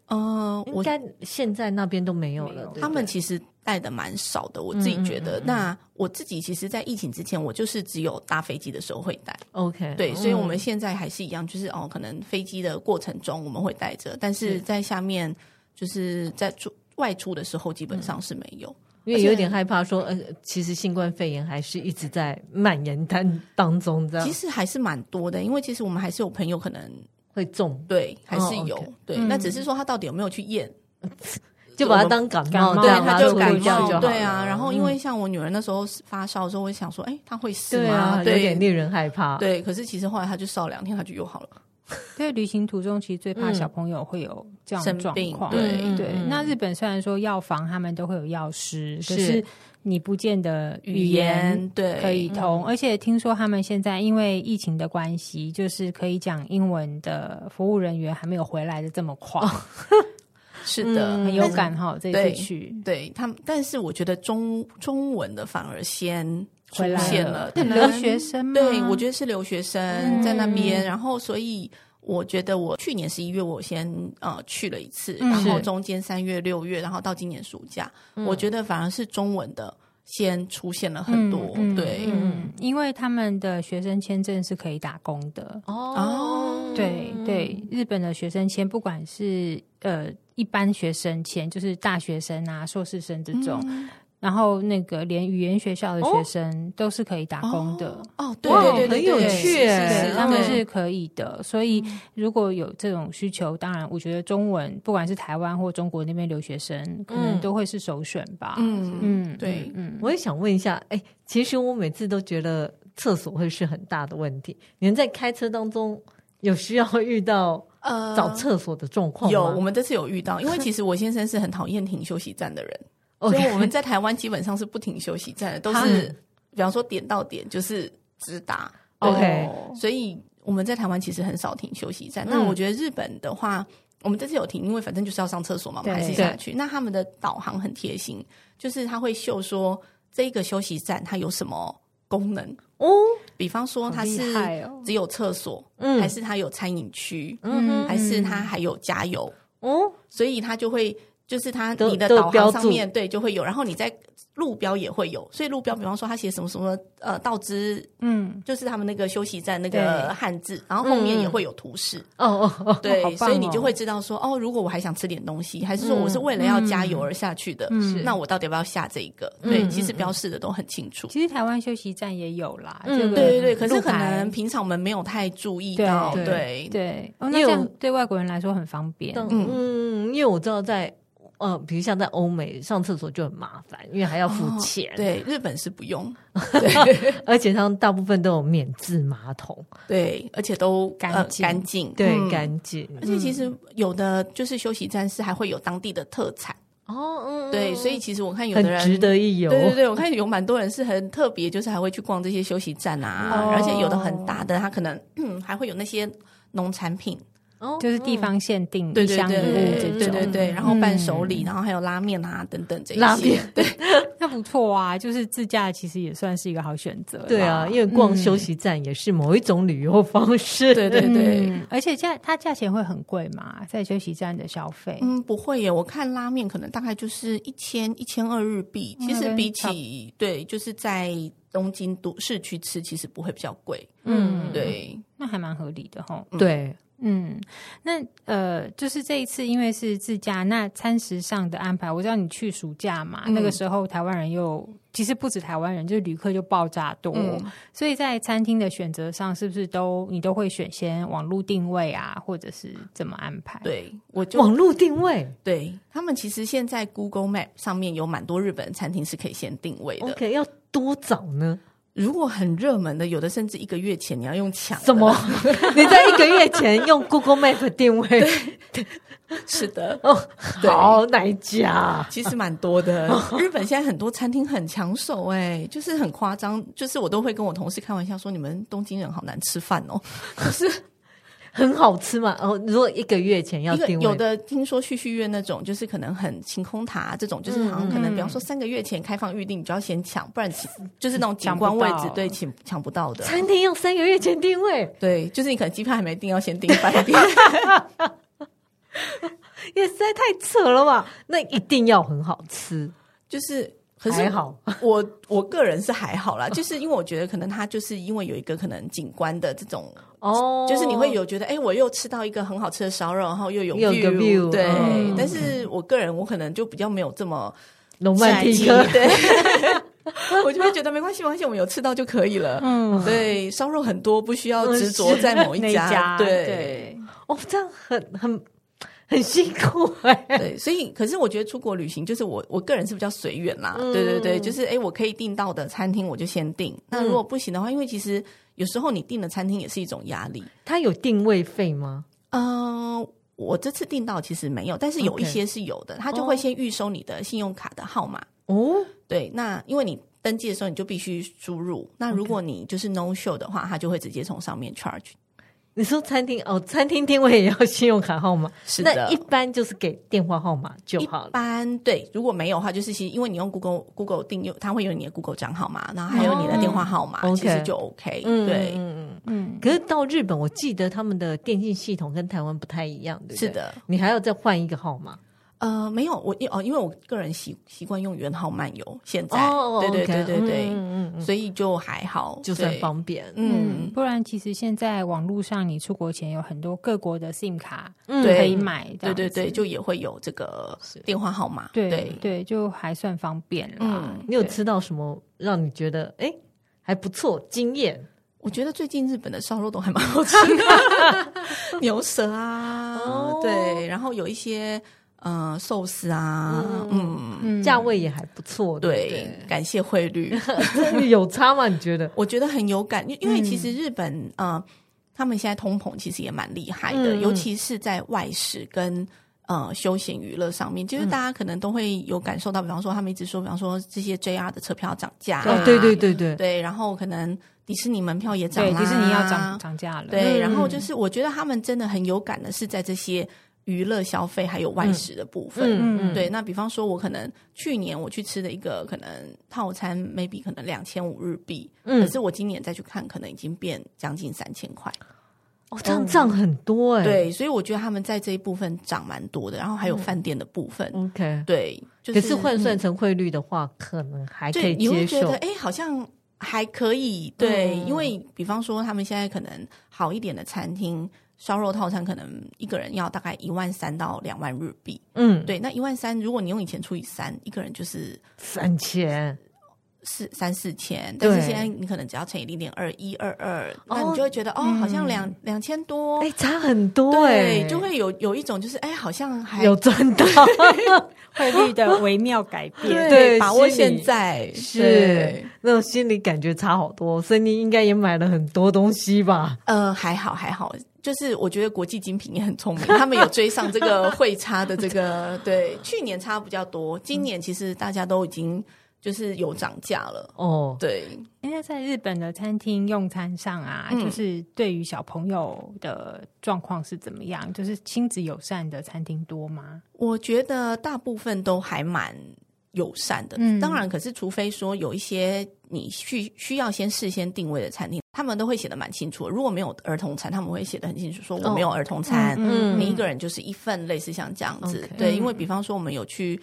S3: 呃，
S2: 应
S3: 我
S2: 该现在那边都没有
S1: 没
S2: 了
S1: 有，
S2: 对
S3: 他
S2: 不
S3: 们
S2: 对
S3: 其实带的蛮少的，我自己觉得。那我自己其实，在疫情之前，我就是只有搭飞机的时候会带，
S2: OK
S3: 对，所以我们
S2: 嗯
S3: 现在还是一样，就是哦，可能飞机的过程中我们会带着，但是
S2: 是
S3: 在下面就是在出外出的时候，基本
S2: 嗯
S3: 上是没有。
S2: 因为有点害怕说呃，其实新冠肺炎还是一直在蔓延当当中，这样
S3: 其实还是蛮多的，因为其实我们还是有朋友可能
S2: 会中，
S3: 对，还是有、
S2: 哦 OK
S3: 对，
S1: 嗯
S3: 那只是说他到底有没有去验，
S2: 就把它当感冒
S1: 感冒
S2: 这
S3: 对，
S2: 样
S3: 他
S2: 啊拉
S3: 就
S2: 出
S3: 感
S2: 去
S3: 冒，
S2: 就好
S3: 对
S2: 了
S3: 啊。然后因
S2: 嗯
S3: 为像我女儿那时候发烧的时候，我想说，哎、她会是
S2: 对
S3: 吗？
S2: 啊，有点令人害怕。
S3: 对，可是其实后来她就烧两天，她就又好了。
S1: 在旅行途中，其实最怕
S2: 嗯
S1: 小朋友会有这样的
S3: 生
S1: 状
S3: 病
S1: 况。
S3: 对
S2: 嗯
S1: 对
S2: 嗯，
S1: 那日本虽然说药房他们都会有药师，可
S2: 是
S1: 是你不见得
S3: 语
S1: 语
S3: 言
S1: 言
S3: 对嗯
S1: 可以通，而且听说他们现在因为疫情的关系，就是可以讲英文的服务人员还没有回来的这么快，
S3: 哦是
S2: 的
S3: 的，
S1: 很有感哈。这
S3: 对
S1: 次去
S3: 对他们，但是我觉得中中文的反而先出
S1: 回来
S3: 现了，
S1: 是
S3: 可能
S1: 留学。生吗？
S3: 对，我觉得是留学生
S1: 嗯
S3: 在那边，然后所以我觉得我去年十一月我先呃去了一次，
S1: 嗯
S3: 然后
S2: 是
S3: 中间三月、六月，然后到今年暑假，我觉得反而是中文的先出现了很多，
S1: 嗯嗯
S3: 对。
S1: 嗯，因为他们的学生签证是可以打工的。
S2: 哦，
S1: 对对，日本的学生签，不管是呃一般学生签，就是大学生啊、硕士生这种，
S3: 嗯
S1: 然后那个连语言学校的学生都是可以打工的。
S3: 哦，对
S2: 哇
S3: 对对，
S2: 很有
S3: 对
S2: 趣
S3: 是
S2: 耶
S3: 是
S1: 对
S3: 是，
S1: 他们
S3: 对
S1: 是可以的，所以如果有这种需求，当然，我觉得中文不管是台湾或中国那边留学生，可能
S2: 嗯
S1: 都会是首选吧。
S3: 嗯
S1: 嗯，
S3: 对
S1: 嗯，嗯
S2: 我也想问一下，哎，其实我每次都觉得厕所会是很大的问题。你们在开车当中有需要 遇到
S3: 呃
S2: 找厕所的状况吗？
S3: 有，我们这次有遇到，因为其实我先生是很讨厌停休息站的人，所
S2: OK
S3: 以我们在台湾基本上是不停休息站的，都是比方说点到点就是直达。对
S2: OK
S3: 所以我们在台湾其实很少停休息站。那
S2: 嗯
S3: 我觉得日本的话，我们这次有停，因为反正就是要上厕所嘛，我们还是
S1: 对
S3: 下去。那他们的导航很贴心，就是他会秀说这个休息站它有什么功能，
S2: 哦，
S3: 比方说它
S1: 好厉
S3: 是
S1: 害哦
S3: 只有厕所，
S2: 嗯
S3: 还是它有餐饮区，
S2: 嗯哼
S3: 还是它还有加油。
S2: 哦，
S3: 所以它就会就是它
S2: 都
S3: 你的
S2: 都有
S3: 导
S2: 标
S3: 航
S2: 注
S3: 上面对就会有，然后你在路标也会有，所以路标比方说它写什么什么呃道之，
S1: 嗯，
S3: 就是他们那个休息站那
S1: 对
S3: 个汉字，然后后面
S2: 嗯
S3: 也会有图示。
S2: 哦哦哦，
S3: 对，
S1: 好棒
S3: 所以你
S1: 哦
S3: 就会知道说，哦，如果我还想吃点东西，还是说
S2: 嗯
S3: 我是为了要加油而下去的，
S1: 是
S3: 那我到底要不要下这一个？
S2: 嗯
S3: 对，
S2: 嗯
S3: 其实标示的都很清楚。
S1: 其实台湾休息站也有啦，
S2: 嗯
S1: 这个
S3: 对对对，可是
S1: 路
S3: 可
S1: 牌
S3: 能平常我们没有太注意到，
S1: 对
S3: 对
S1: 对哦，
S2: 因
S1: 那
S2: 为
S1: 这
S2: 我
S1: 样对外国人来说很方便。
S2: 嗯因为我知道在呃，比如像在欧美上厕所就很麻烦，因为还要付
S3: 哦
S2: 钱，，
S3: 对，日本是不 用，
S2: 而且他们大部分都有免治马桶，
S3: 对，而且都
S1: 干
S3: 呃
S1: 净
S3: 干净，
S2: 对，
S3: 嗯
S2: 干净。
S3: 而且其实有的就是休息站是还会有当地的特产，
S2: 哦，嗯
S3: 对，所以其实我看有
S2: 很
S3: 的人
S2: 值。得一游，
S3: 对对对，我看有蛮多人是很特别，就是还会去逛这些休息站啊，
S1: 哦
S3: 而且有的很大的，它可能、 嗯、还会有那些农产品，
S2: 哦
S1: 就是地方限定
S3: 对
S1: 一
S3: 对
S1: 箱一
S3: 对
S1: 物这
S3: 对
S1: 种，
S3: 对对对，然后伴手礼，然后还有拉面啊等等这一些，
S2: 拉面
S3: 对
S1: 那不错啊，就是自驾其实也算是一个好选择啦。
S2: 对啊，因为
S1: 嗯
S2: 逛休息站也是某一种旅游方式。
S3: 对对对，
S1: 嗯，而且价它价钱会很贵嘛，在休息站的消费，
S3: 嗯，不会耶。我看拉面可能大概就是一千一千二日币，
S1: 嗯
S3: 其
S1: 那
S3: 实
S1: 跟
S3: 比
S1: 差不
S3: 起对，就是在东京都市区吃，其实不会比较贵。
S2: 嗯
S3: 对，
S1: 那还蛮合理的吼。
S2: 对，
S1: 嗯，那呃，就是这一次因为是自驾，那餐食上的安排，我知道你去暑假嘛，
S3: 嗯
S1: 那个时候台湾人又其实不止台湾人，就是旅客就爆炸多，
S3: 嗯
S1: 所以在餐厅的选择上，是不是都你都会选先网络定位啊，或者是怎么安排？，
S3: 对，我就
S2: 网络定位
S3: 对他们其实现在 Google Map 上面有蛮多日本餐厅是可以先定位的。
S2: ，OK，要多早呢？
S3: 如果很热门的，有的甚至一个月前你要用抢的。
S2: 怎 么？你在一个月前用 Google Map 定位？
S3: 是的，
S2: 哦，
S3: 对
S2: 好哦哪一家？
S3: 其实蛮多的。日本现在很多餐厅很抢手、哎，就是很夸张，就是我都会跟我同事开玩笑说，你们东京人好难吃饭哦。
S2: 很好吃嘛？哦，如果一个月前要
S3: 一个
S2: 定位，
S3: 有的听说旭旭月那种，就是可能很晴空塔这种，就是好像可
S1: 嗯
S3: 能比方说三个月前开放预定，你就要先抢，不然请就是那种景
S1: 抢不
S3: 观位
S1: 到
S3: 置对抢抢不到的。
S2: 餐厅要三个月前定位，
S3: 对，就是你可能机票还没订，要先订饭店。
S2: 也实在太扯了吧？那一定要很好吃，
S3: 就是可
S2: 还
S3: 是
S2: 好。
S3: 我我个人是还好啦，就是因为我觉得可能它就是因为有一个可能景观的这种，
S2: 哦，
S3: 就是你会有觉得，哎、我又吃到一个很好吃的烧肉，然后又有
S2: 有个 view，
S3: 对。
S2: 嗯
S3: 但是我个人我可能就比较没有这么
S2: 龙曼蒂
S3: 在
S2: 克
S3: 意，对，我就会觉得没关系，没关系，我们有吃到就可以了。
S1: 嗯，
S3: 对，烧肉很多，不需要执着在某
S1: 那
S3: 一
S1: 一
S3: 家。
S1: 家
S3: 对
S1: 对
S2: 哦，这样很很很辛苦哎、
S3: 对，所以可是我觉得出国旅行就是我我个人是比较随缘啦，
S2: 嗯嗯
S3: 对对对，就是哎、诶我可以订到的餐厅我就先订，那如果不行的话，因为其实有时候你订的餐厅也是一种压力。
S2: 它有定位费吗？
S3: 嗯、我这次订到其实没有，但是有
S2: OK
S3: 一些是有的，他就
S2: 哦
S3: 会先预收你的信用卡的号码，
S2: 哦，
S3: 对，那因为你。登记的时候你就必须输入，那如果你就是 no show 的话，他就会直接从上面 charge。
S2: 你说餐厅哦，餐厅定位也要信用卡号码，
S3: 是
S2: 那一般就是给电话号码就
S3: 一
S2: 好了。
S3: 般对，如果没有的话，就是其实因为你用 Google Google 订阅，它会有你的 Google 账号嘛，然后还有你的电话号码，
S2: 哦
S3: 其实
S2: OK
S3: 就 OK、
S2: 嗯
S3: 对，
S2: 嗯
S1: 嗯
S2: 嗯。可是到日本，我记得他们的电信系统跟台湾不太一样，对嗯不对
S3: 是，的，
S2: 你还要再换一个号码。
S3: 呃，没有我因哦，因为我个人习习惯用元号漫游，现在、
S2: 哦，
S3: 对对
S2: OK，
S3: 对对对，
S2: 嗯嗯嗯嗯，
S3: 所以就还好，
S2: 就算
S3: 对
S2: 方便。
S1: 嗯，
S3: 嗯。
S1: 不然其实现在网络上你出国前有很多各国的 SIM 卡
S2: 嗯
S1: 可
S3: 对
S1: 以买，这
S3: 对
S1: 样
S3: 对对，
S1: 子
S3: 就也会有这个
S2: 是
S3: 电话号码。
S1: 对
S3: 对
S1: 对，就还算方便啦。
S3: 嗯
S2: 你有
S1: 对
S2: 吃到什么让你觉得哎还不错惊艳？
S3: 我觉得最近日本的烧肉都还蛮好吃 的，牛舌啊，
S2: 哦
S3: 对，然后有一些呃寿司啊，嗯
S1: 嗯
S2: 价位也还不错，
S3: 对，感谢 汇率，
S2: 不对 有差吗？你觉得？
S3: 我觉得很有感，因因为
S1: 嗯
S3: 其实日本呃，他们现在通膨其实也蛮厉害的，
S2: 嗯嗯
S3: 尤其是在外食跟。呃，休闲娱乐上
S1: 嗯
S3: 面，就是大家可能都会有感受到，比方说他们一直说，比方说这些 JR 的车票涨价、 啊，
S2: 哦，对对对对，
S3: 对，然后可能迪士尼门票也涨
S1: 对，
S3: 啦，
S1: 迪士尼要涨涨价了。
S3: 啊
S2: 嗯
S3: 对，然后就是我觉得他们真的很有感的是在这些娱乐消费还有外食的部分。
S1: 嗯
S3: 对，那比方说，我可能去年我去吃的一个可能套餐，maybe 可能两千五日币，
S2: 嗯
S3: 可是我今年再去看，可能已经变将近三千块。
S2: 哦，这样涨很多哎、
S3: 嗯对，所以我觉得他们在这一部分涨蛮多的，然后还有饭店的部分，
S2: ，OK。
S3: 对，就
S2: 嗯可
S3: 是嗯
S2: 是换算成汇率的话，可能还可
S3: 对，
S2: 以
S3: 你
S2: 接
S3: 会觉
S2: 受
S3: 得。哎、好像还可以。对，
S2: 嗯
S3: 因为比方说他们现在可能好一点的餐厅。烧肉套餐可能一个人要大概一万三到两万日币，
S2: 嗯，
S3: 对，那一万三，如果你用以前除以三，一个人就是
S2: 三千，
S3: 四三四千，但是
S2: 对
S3: 现在你可能只要乘以零点二一二二，那
S2: 哦
S3: 你就会觉得哦，好像两两千多，
S2: 哎、差很多哎、
S3: 哦对，就会有有一种就是哎，好像还
S2: 有赚 到。
S1: 汇率的微妙改变。
S2: 对
S3: 把握
S2: 心
S3: 现
S2: 里
S3: 在
S2: 是
S3: 对
S2: 那种心里感觉差好多，所以你应该也买了很多东西吧？
S3: 呃，还好还好，就是我觉得国际精品也很聪明，他们有追上这 个汇差的这个，对，去年差比较多，
S2: 嗯
S3: 今年其实大家都已经就是有涨价了，
S2: 哦，
S3: 对，
S1: 现在在日本的餐厅用餐上啊，
S3: 嗯
S1: 就是对于小朋友的状况是怎么样？就是亲子友善的餐厅多吗？
S3: 我觉得大部分都还蛮友善的。
S1: 嗯
S3: 当然，可是除非说有一些你需需要先事先定位的餐厅，他们都会写的蛮清楚的。如果没有儿童餐，他们会写的很清楚，说我没有儿童餐，
S2: 哦嗯
S3: 你一个人就是一份，类似像这样子。
S2: OK
S3: 对，因为比方说我们有去。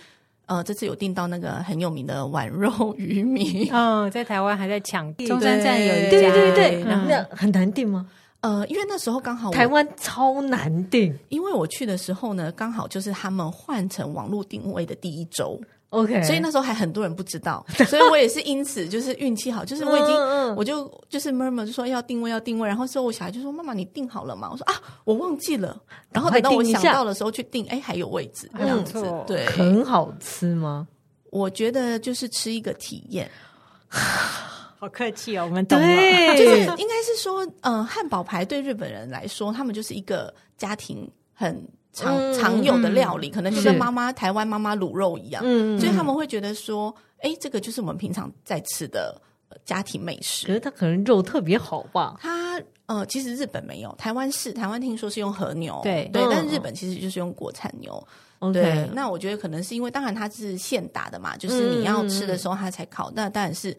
S3: 呃，这次有订到那个很有名的碗肉 鱼米，
S1: 嗯，在台湾还在抢，中山
S3: 对
S1: 站有一家，
S2: 对对对，嗯
S1: 然后
S2: 那很难定吗？
S3: 呃，因为那时候刚好我
S2: 台湾超难定
S3: 因为我去的时候呢，刚好就是他们换成网络定位的第一周，
S2: ，OK，
S3: 所以那时候还很多人不知道，所以我也是因此就是运气好，就是我已经。
S2: 嗯嗯
S3: 我就就是 murmur 就说要定位要定位，然后之后我小孩就说妈妈你定好了吗？我说啊我忘记了，然后等到我想到的时候去定，哎还有位置
S1: 还
S2: 嗯
S3: 这
S1: 不
S3: 样子
S1: 错，
S3: 对，
S2: 很好吃吗？
S3: 我觉得就是吃一个体验，
S1: 好客气哦，我们懂了。
S2: 对，
S3: 就是应该是说，嗯、汉堡排对日本人来说，他们就是一个家庭很常、
S2: 嗯
S3: 常有的料理，可能就是跟妈妈台湾妈妈卤肉一样，
S2: 嗯，
S3: 所以他们会觉得说，哎、这个就是我们平常在吃的呃家庭美
S2: 可
S3: 食。
S2: 是它可能肉特别好吧？
S3: 它呃，其实日本没有，台湾是台湾听说是用和牛，
S1: 对
S3: 对
S2: 嗯，
S3: 但日本其实就是用国产牛。对
S2: OK，，
S3: 那我觉得可能是因为，当然它是现打的嘛，就是
S1: 嗯
S3: 你要吃的时候它才烤，那当然是。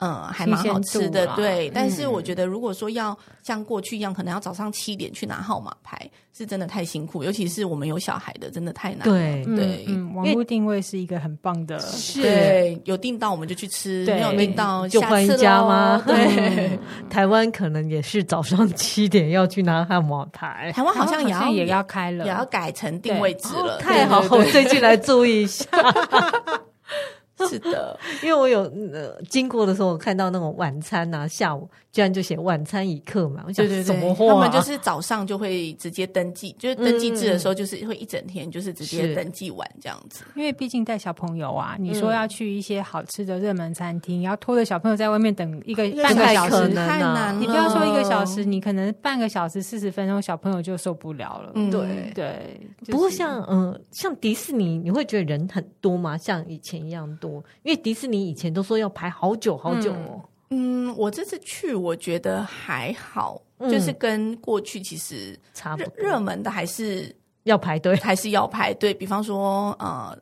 S3: 嗯，还蛮好吃
S1: 新鲜
S3: 的
S1: 度，啦嗯
S3: 对。但是我觉得，如果说要像过去一样，可能要早上七点去拿号码牌，是真的太辛苦，尤其是我们有小孩的，真的太难。
S2: 对
S1: 嗯
S3: 对
S1: 嗯，网络定位是一个很棒的，
S3: 对，有订到我们就去吃，
S1: 对
S3: 没有订到
S2: 就
S3: 下
S2: 换
S3: 次
S2: 一家吗
S3: 咯？对，
S2: 台湾可能也是早上七点要去拿汉堡排。
S3: 台湾好像也
S1: 然后
S3: 要
S1: 好也要开了，
S3: 也要改成定位制了，
S2: 太好，
S3: 呃对
S2: 我最近来注意一下，
S3: 对 是的，
S2: 因为我有呃经过的时候，我看到那种晚餐呐、下午居然就写晚餐一刻嘛，我想
S3: 对对
S2: 什么
S3: 对，
S2: 货、
S3: 他
S2: 啊？
S3: 们就是早上就会直接登记，就是登记制的时候，就是会一整天就是直
S2: 是
S3: 接登记完这样子。
S1: 因为毕竟带小朋友啊，你
S2: 嗯
S1: 说要去一些好吃的热门餐厅，要拖着小朋友在外面等一个
S3: 个
S1: 半个
S2: 太
S1: 小
S2: 可
S1: 时
S2: 能，
S3: 太难了，
S1: 你不要说一个小
S3: 嗯
S1: 时，，你可能半个小时四十分钟，小朋友就受不了了。
S3: 嗯
S2: 对
S1: 对，就是
S2: 不过像嗯、呃像迪士尼，你会觉得人很多吗？像以前一样多？因为迪士尼以前都说要排好久好久哦。
S3: 嗯，我这次去我觉得还好，
S2: 嗯
S3: 就是跟过去其实
S2: 差不
S3: 热
S2: 多
S3: 热门的还是
S2: 要排队，
S3: 还是要排队，比方说呃，《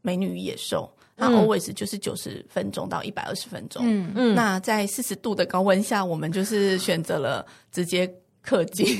S3: 美女与野兽》，它
S2: 嗯
S3: always 就是九十分钟到一百二十分钟，
S1: 嗯，
S2: 嗯，
S3: 那在四十度的高温下，我们就是选择了直接氪 金。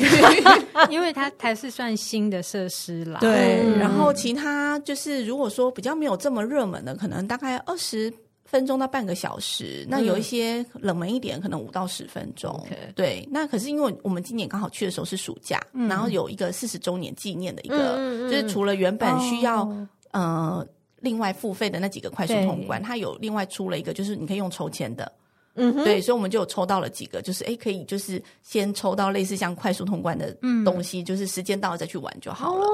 S1: 因为它还是算新的设施啦。
S3: 对，
S2: 嗯
S3: 然后其他就是如果说比较没有这么热门的，可能大概二十分钟到半个小时。那有一些冷门一点，可能五到十分钟。
S2: 嗯 OK
S3: 对，那可是因为我们今年刚好去的时候是暑假，然后有一个四十周年纪念的一个，
S2: 嗯嗯嗯嗯
S3: 就是除了原本需要、
S1: 哦
S3: 呃。另外付费的那几个快速
S1: 对
S3: 通关，它有另外出了一个，就是你可以用抽签的，
S2: 嗯哼，
S3: 对，所以我们就有抽到了几个，就是哎，诶可以就是先抽到类似像快速通关的
S2: 嗯
S3: 东西，就是时间到了再去玩就好了。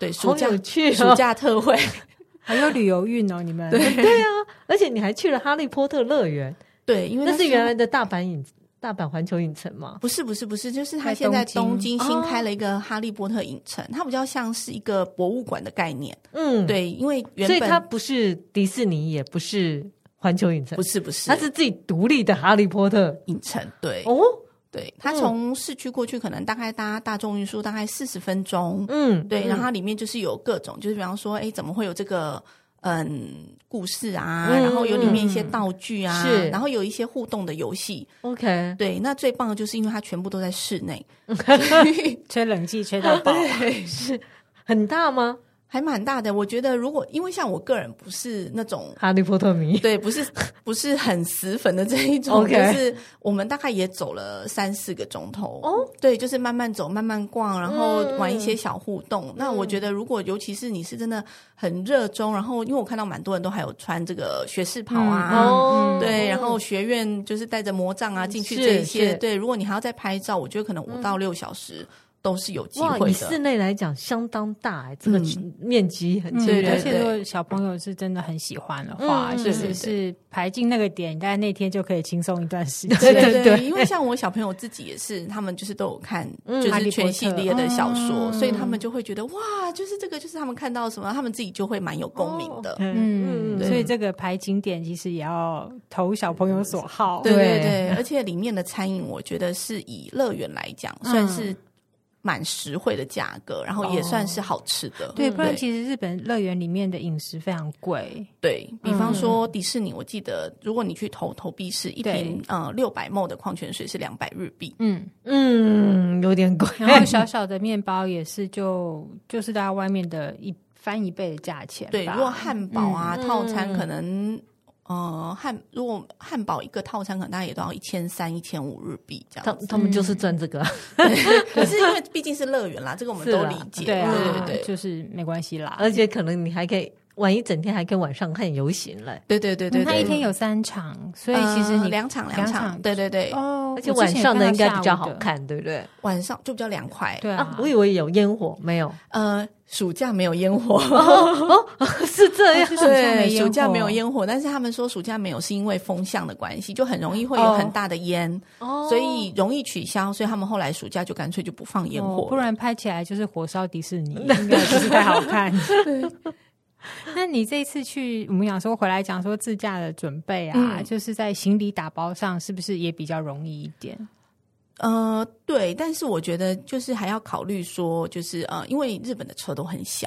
S3: 对，暑
S2: 好
S3: 假
S2: 有趣、哦，
S3: 暑假特惠，
S1: 还有旅游运哦，你们
S2: 对啊，而且你还去了哈利波特乐园，
S3: 对，因为
S2: 那是原
S3: 时候
S2: 来的大阪影大阪环球影城嘛。
S3: 不是不是不是，就是它
S1: 在
S3: 现在
S1: 东
S3: 东
S1: 京
S3: 京新开了一个哈利波特影城，它比较像是一个博物馆的概念。
S2: 嗯，，
S3: 对，因为原
S2: 所以
S3: 本
S2: 它不是迪士尼，也不是环球影城，
S3: 不是不是，
S2: 它是自己独立的哈利波特。
S3: 影城，对、
S2: 哦，
S3: 对，它从市区过去可能大概搭大众运输大概四十分钟，
S2: 嗯，
S3: 对，
S2: 嗯
S3: 然后它里面就是有各种，就是比方说，哎，怎么会有这个嗯故事啊？
S2: 嗯
S3: 然后有里面一些道具啊，
S2: 是
S3: 然后有一些互动的游戏。
S2: OK，
S3: 对，那最棒的就是因为它全部都在室 内，
S1: 吹冷气吹到爆，啊
S2: 很大吗？
S3: 还蛮大的。我觉得如果因为像我个人不是那种。
S2: 哈利波特迷，
S3: 对，不是不是很死粉的这一种
S2: OK
S3: 就是我们大概也走了三四个钟头
S2: 哦。
S3: 对，就是慢慢走，慢慢逛，然后
S2: 嗯
S3: 玩一些小互动。那我觉得，如果尤其是你是真的很热衷，然后因为我看到蛮多人都还有穿这个学士袍
S1: 嗯
S3: 啊。
S2: 哦，
S3: 对，然后学院就是带着魔杖啊进去
S2: 是
S3: 这一些，
S2: 是
S3: 对，如果你还要再拍照，我觉得可能五到六小时都是有机
S2: 哇，
S3: 会
S2: 以
S3: 的。
S2: 室内来讲相当大、哎，这个
S3: 嗯
S2: 面积很
S1: 嗯，
S2: 惊
S3: 对
S1: 而
S2: 人。
S1: 且如果小朋友是真的很喜欢的话，
S2: 嗯
S1: 其
S3: 对对
S1: 实
S3: 对
S1: 是排进那个点，大概那天就可以轻松一段时
S3: 对
S1: 间。
S3: 对
S2: 对
S3: 对，因为像我小朋友自己也是，他们就是都有 看，
S2: 嗯
S3: 就
S1: 哈利
S3: 是
S1: 波
S3: 全系
S1: 特
S3: 列的小说，
S1: 嗯
S3: 所以他们就会觉得哇，就是这个，就是他们看到什么，他们自己就会蛮有共鸣的。
S1: 嗯，
S2: 对
S1: 所以这个排景点其实也要投小朋友所好。
S3: 对对
S2: 对
S1: 嗯
S3: 对，而且里面的餐饮，我觉得是以乐园来讲，算是蛮实惠的价格，然后也算是好吃的。
S1: 哦对，不然其实日本乐园里面的饮食非常贵，
S3: 对比
S1: 嗯
S3: 方说迪士尼，我记得如果你去投投币式，一瓶呃六百 ml 的矿泉水是两百日币。
S1: 嗯，
S2: 嗯，有点贵。
S1: 然后小小的面包也是就就是大家外面的一翻一倍的价钱吧，
S3: 对，如果汉堡啊、
S2: 嗯
S3: 套餐可能。呃，汉如果汉堡一个套餐可能大概也都要一千三、一千五日币这
S2: 他
S3: 样子，
S2: 他们就是赚这个
S3: 嗯
S2: 啊，
S3: 可是因为毕竟是乐园啦，这个我们
S2: 是
S3: 都
S2: 啦
S3: 理解，
S1: 对啊，
S3: 对对对，
S1: 就是没关系啦。
S2: 而且可能你还可以玩一整天，还可以晚上看游行嘞。
S3: 对对对对，
S1: 他嗯
S3: 对
S1: 一天有三场，所以其实
S3: 呃
S1: 你
S3: 两场
S1: 两
S3: 两
S1: 场
S3: 场，对对对，
S1: 哦，
S2: 而且
S1: 我之
S2: 晚
S1: 前也
S2: 上的
S1: 看
S2: 应
S1: 到
S2: 该
S1: 下
S2: 比
S1: 午
S2: 较好
S1: 的，
S2: 看，对不对？
S3: 晚上就比较凉快。
S1: 对
S2: 啊
S1: 啊，，
S2: 我以为有烟火，没有，
S3: 呃，暑假没有烟火，
S1: 哦
S2: 哦是这样。
S3: 对，暑假没有
S1: 烟
S3: 烟火，但是他们说暑假没有是因为风向的关系，就很容易会有很大的烟，
S2: 哦
S3: 所以容易取消，所以他们后来暑假就干脆就不放烟火
S1: 哦
S3: 了，
S1: 不然拍起来就是火烧迪 士尼，应该不是太好看。 那你这次去，我们讲说回来讲说自驾的准备啊，
S3: 嗯
S1: 就是在行李打包上是不是也比较容易一点？
S3: 呃，对，但是我觉得就是还要考虑说，就是呃，因为日本的车都很小，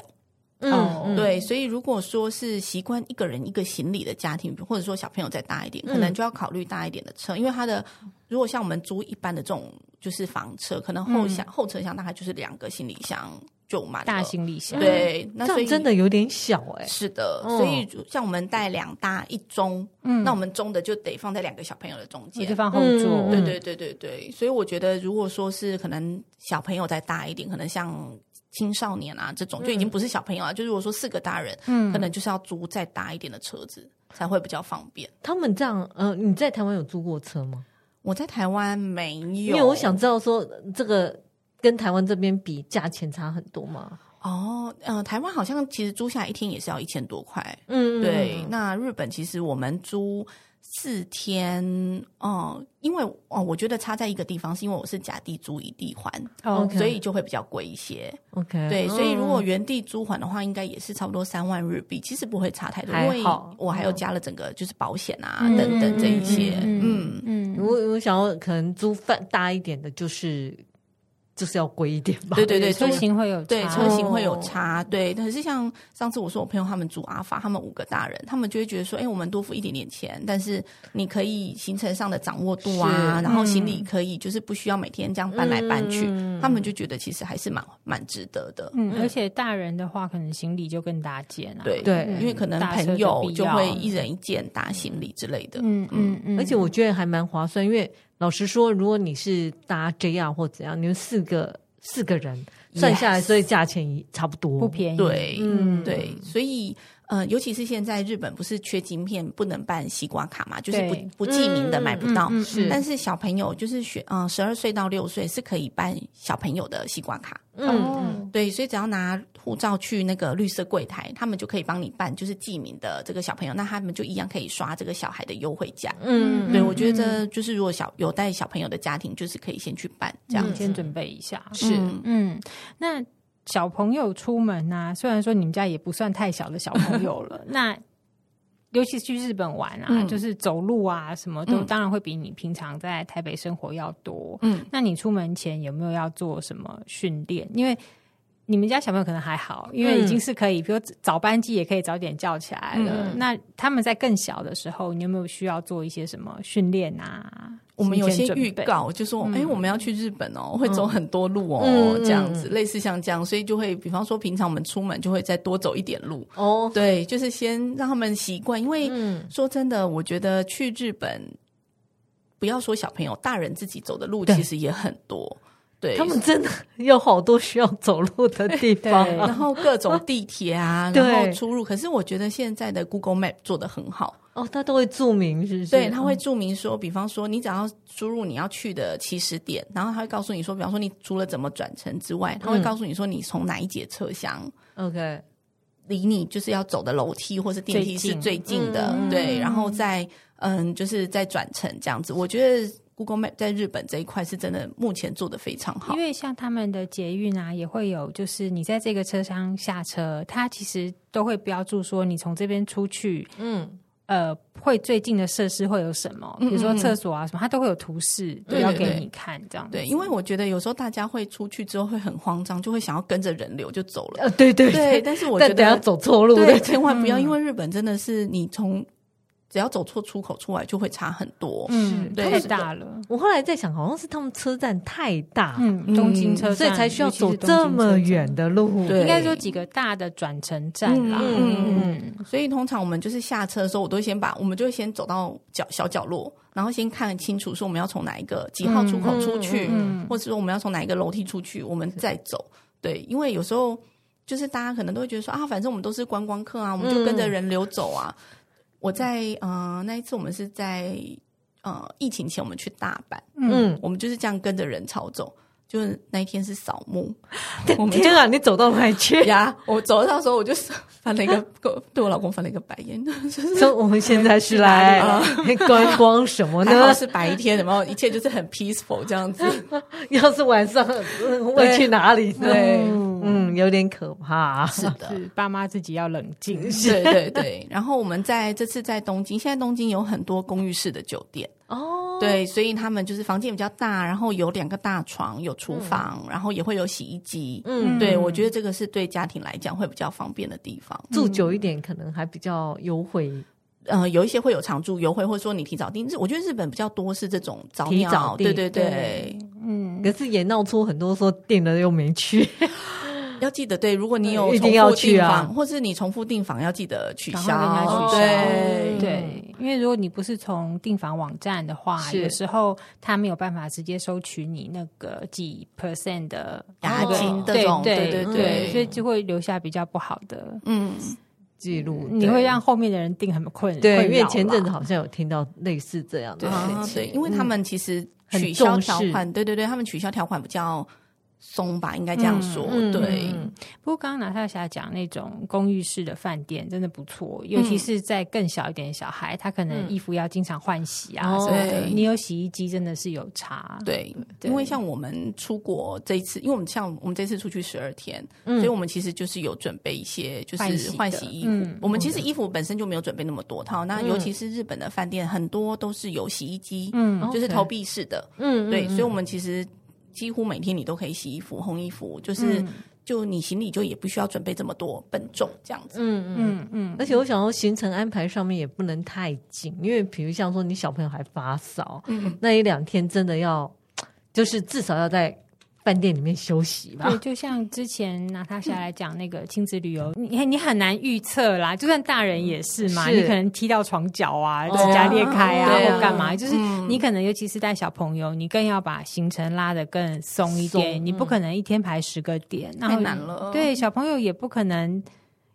S1: 哦嗯
S3: 对，所以如果说是习惯一个人一个行李的家庭，或者说小朋友再大一点，可能就要考虑大一点的车，因为它的如果像我们租一般的这种就是房车，可能后箱、后车厢大概就是两个行李箱就满了
S1: 大。行李箱，
S3: 对，那
S2: 这
S3: 所以
S2: 样真的有点小哎、
S3: 是的，
S2: 嗯
S3: 所以像我们带两大一中，
S1: 嗯
S3: 那我们中的就得放在两个小朋友的中
S1: 我
S3: 间
S1: 就。放后座
S2: 嗯，
S3: 对对对对对，所以我觉得，如果说是可能小朋友再大一点，可能像青少年啊这
S2: 嗯
S3: 种，就已经不是小朋友啊，就如果说四个大人，
S1: 嗯
S3: 可能就是要租再大一点的车子才会比较方便。
S2: 他们这样，呃，你在台湾有租过车吗？
S3: 我在台湾没有，
S2: 因为我想知道说这个跟台湾这边比，价钱差很多嘛。
S3: 哦，呃，台湾好像其实租下来一天也是要一千多块，
S2: 嗯
S3: 对，那日本其实我们租四天，哦、因为哦，我觉得差在一个地方，是因为我是甲地租乙地还，
S1: 哦
S2: OK
S3: 所以就会比较贵一些。
S2: OK，
S3: 对，所以如果
S2: 嗯
S3: 原地租还的话，应该也是差不多三万日币，其实不会差太多，
S2: 还
S3: 因为
S2: 好
S3: 我还有加了整个就是保险啊、
S1: 嗯
S3: 等等这一些，
S1: 嗯
S3: 嗯。
S1: 嗯
S2: 我我想要可能租饭大一点的，就是就是要贵一点吧。
S3: 对对对，
S1: 车
S3: 租
S1: 型会有
S3: 对
S1: 差哦
S3: 车型会有差，对。可是像上次我说我朋友他们租阿法，他们五个大人，他们就会觉得说，哎、我们多付一点点钱，但是你可以行程上的掌握度啊，
S2: 是
S3: 然后行
S1: 嗯
S3: 李可以就是不需要每天这样搬来搬去，他们就觉得其实还是蛮蛮值得的。
S1: 嗯，而且大人的话，可能行李就更大件啊。
S3: 对
S2: 对
S3: 因为可能
S1: 大车就
S3: 朋友
S1: 必
S3: 就
S1: 要
S3: 会一人一件打行李之类的，
S1: 嗯嗯嗯，
S2: 而且我觉得还蛮划算，因为老实说，如果你是搭 JR 或怎样，你们四个四个人算下来，所以价钱也差不多，
S1: 不便宜，
S3: 对，
S2: 嗯
S3: 对，所以呃，尤其是现在日本不是缺晶片，不能办西瓜卡嘛，就是不
S1: 对
S3: 不记名的
S2: 嗯
S3: 买不
S1: 嗯
S3: 到。
S1: 嗯
S2: 是
S3: 但是小朋友就是学，嗯、呃，十二岁到六岁是可以办小朋友的西瓜卡，
S2: 哦
S1: 嗯
S3: 对，所以只要拿护照去那个绿色柜台，他们就可以帮你办，就是记名的这个小朋友，那他们就一样可以刷这个小孩的优惠价。
S2: 嗯
S3: 对，我觉得就是如果小有带小朋友的家庭，就是可以先去办这样
S1: 嗯
S3: 子。
S1: 先准备一下。
S3: 是，
S1: 嗯，那小朋友出门呐、虽然说你们家也不算太小的小朋友 了，那尤其是去日本玩啊，
S3: 嗯
S1: 就是走路啊什么都，
S3: 嗯
S1: 当然会比你平常在台北生活要多。
S3: 嗯，
S1: 那你出门前有没有要做什么训练？因为你们家小朋友可能还好，因为已经是可以，比如早班机也可以早点叫起来了。
S3: 嗯
S1: 那他们在更小的时候，你有没有需要做一些什么训练啊？
S3: 我们有些
S1: 行前准
S3: 预
S1: 备，
S3: 告就说，哎、我们要去日本哦，会走很多路哦，
S2: 嗯
S3: 这样子，类似像这样，所以就会，比方说平常我们出门就会再多走一点路，
S2: 哦，
S3: 对，就是先让他们习惯，因为
S2: 嗯
S3: 说真的，我觉得去日本，不要说小朋友，大人自己走的路
S2: 对
S3: 其实也很多，对，
S2: 他们真的有好多需要走路的地方
S1: 对
S3: 然后各种地铁 啊，
S2: 对
S3: 然后出入，可是我觉得现在的 Google Map 做的很好，
S2: 哦，他都会注明，是不是？嗯
S3: 对，他会注明说，比方说你只要输入你要去的起始点，然后他会告诉你说，比方说你除了怎么转乘之
S2: 嗯
S3: 外，他会告诉你说你从哪一节车厢。
S2: 哦 OK，
S3: 离你就是要走的楼梯或是电梯是最近的，
S2: 嗯
S3: 对，然后再嗯，就是再转乘这样子。我觉得 Google Map 在日本这一块是真的目前做的非常好
S1: 因，为像他们的捷运啊，也会有，就是你在这个车厢下车，它其实都会标注说你从这边出去，
S2: 嗯，
S1: 呃，会最近的设施会有什么？比如说
S3: 嗯嗯嗯
S1: 厕所啊什么，它都会有图示，都
S3: 对
S1: 要
S3: 对
S1: 给
S3: 对
S1: 你看这样子。
S3: 对，因为我觉得有时候大家会出去之后会很慌张，就会想要跟着人流就走了。
S2: 呃，对对
S3: 对，，但是我觉
S2: 但等下
S3: 得
S2: 走错路，
S3: 对，千万不要，
S1: 嗯
S3: 因为日本真的是你从只要走错出口出来就会差很多。
S1: 嗯，
S3: 对
S1: 太
S3: 是的
S1: 大了，
S2: 我后来在想，好像是他们车站太大，
S1: 嗯，东京
S3: 嗯
S1: 车站，
S2: 所以才需要
S1: 尤其
S2: 走
S1: 是东
S2: 这
S1: 京
S2: 么
S1: 车
S2: 远
S1: 站。
S2: 的路。
S3: 对
S1: 应该说几个大的转乘站啦，
S3: 嗯
S1: 嗯
S3: 所以通常我们就是下车的时候，我都会先把我们就会先走到角小角落，然后先看清楚说我们要从哪一个几号出口出去，
S1: 嗯嗯嗯
S3: 或者说我们要从哪一个楼梯出去，我们再走。对，因为有时候就是大家可能都会觉得说啊，反正我们都是观光客啊，我们就
S1: 嗯
S3: 跟着人流走啊。我在呃那一次我们是在呃疫情前我们去大阪，
S1: 嗯，
S2: 嗯，
S3: 我们就是这样跟着人潮走。就是那一天是扫 墓，我
S2: 嗯
S3: 们就
S2: 天啊，你走到哪里 去？
S3: 呀，我走到的时候我就翻了一个， 对我老公翻了一个白眼，
S2: 所以我们现在是来 哎观光什么
S3: 还好
S2: 呢？
S3: 是白天，然后一切就是很 peaceful 这 样子。
S2: 要是晚上嗯会去哪里呢？
S3: 对
S2: 嗯，有点可怕。
S3: 是的，
S1: 是爸妈自己要冷 静。
S3: 对对对。然后我们在这次在东京，现在东京有很多公寓式的酒店，
S2: 哦，
S3: 对，所以他们就是房间比较大，然后有两个大床，有厨房，然后也会有洗衣机。
S2: 嗯，
S3: 对，我觉得这个是对家庭来讲会比较方便的地方。
S2: 住久一点可能还比较优惠。
S3: 呃，有一些会有常住优惠，或者说你提早订。日我觉得日本比较多是这种早
S2: 提
S3: 鸟，
S2: 早订
S3: 对对对
S1: 对，嗯
S2: 可是也闹出很多说订了又没 去，
S3: 要记得对，如果你有
S2: 一
S3: 重
S2: 定要
S3: 复
S2: 去
S3: 订
S2: 啊
S3: 房，或是你重复订房，要记得取消
S1: 赶快跟他，取消
S3: 对
S2: 嗯
S1: 对，因为如果你不是从订房网站的话，
S2: 是
S1: 有时候他没有办法直接收取你那个几 percent 的
S3: 押
S1: 那个
S3: 金啊这
S1: 对
S3: 种
S1: 对
S2: 对
S3: 对
S1: 对，
S2: 对
S1: 所以就会留下比较不好的，
S3: 嗯，
S2: 记录
S1: 嗯你会让后面的人订很困
S2: 对，
S1: 困
S2: 因
S1: 扰
S2: 为
S1: 啦
S2: 前阵子好像有听到类似这样的
S3: 对
S2: 事
S3: 啊
S2: 情，
S3: 对，因为他们其实
S2: 很
S3: 取消
S2: 重
S3: 条
S2: 视
S3: 款，对对对，他们取消条款比较松吧，应该这样说，
S2: 嗯
S3: 对，
S2: 嗯
S1: 不过刚刚娜塔莎讲那种公寓式的饭店真的不错，尤其是在更小一点的小孩，他可能衣服要经常换洗啊
S2: 哦
S1: 什么的，
S3: 对
S1: 你有洗衣机真的是有差。
S3: 对，
S1: 对
S3: 因为像我们出国这一次，因为我们像我们这次出去十二天，所以我们其实就是有准备一些就
S1: 嗯换洗
S3: 是
S1: 的
S3: 换洗衣服。
S1: 嗯
S3: 我们其实衣服本身就没有准备那么多套，那
S2: 嗯
S3: 尤其是日本的饭店很多都是有洗衣机，
S1: 嗯
S3: 就是
S2: OK
S3: 投币式的，
S2: 嗯
S3: 对，所以我
S2: 们
S3: 们其实几乎每天你都可以洗衣服、烘衣服，就是、
S1: 嗯
S3: 就你行李就也不需要准备这么多笨重这样子。
S2: 嗯嗯。
S1: 嗯嗯，
S2: 而且我想说，行程安排上面也不能太紧，因为比如像说你小朋友还发烧，
S3: 嗯，
S2: 那一两天真的要，就是至少要在饭店里面休息吧
S3: 啊
S1: 对，。就像之前拿他下来讲那个亲子旅游，
S3: 嗯
S1: 你你很难预测啦，就算大人也是嘛，
S2: 是
S1: 你可能踢到床角啊，
S2: 哦
S1: 指甲裂开啊，
S2: 对啊
S1: 或干嘛，就是
S3: 嗯
S1: 你可能尤其是带小朋友，你更要把行程拉得更松一点，
S2: 松
S1: 你不可能一天排十个点，然
S3: 太
S1: 后
S3: 难了。
S1: 对，小朋友也不可能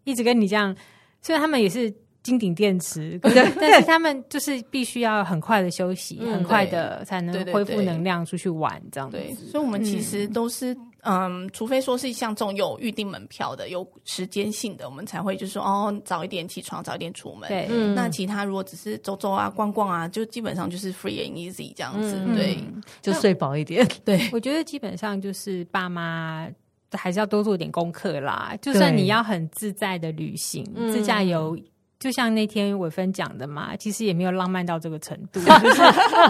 S1: 一直跟你这样，虽然他们也是金顶电池， 可是但是他们就是必须要很快的休息，
S2: 嗯
S1: 很快的才能
S3: 对对
S1: 恢复
S3: 对
S1: 能量出去玩这样子。
S3: 对，所以我们其实都是，嗯除非说是像这种有预定门票的、有时间性的，我们才会就是说哦，早一点起床，早一点出门。，
S1: 对，
S2: 嗯
S3: 那其他如果只是走走啊、逛逛啊，就基本上就是 free and easy 这样子。
S2: 嗯
S3: 对
S1: 嗯
S2: 就睡饱一 点。
S3: 对，
S1: 我觉得基本上就是爸妈。还是要多做点功课啦。就算
S2: 对
S1: 你要很自在的旅行，
S2: 嗯
S1: 自驾游，就像那天伟芬讲的嘛，其实也没有浪漫到这个程 度，就是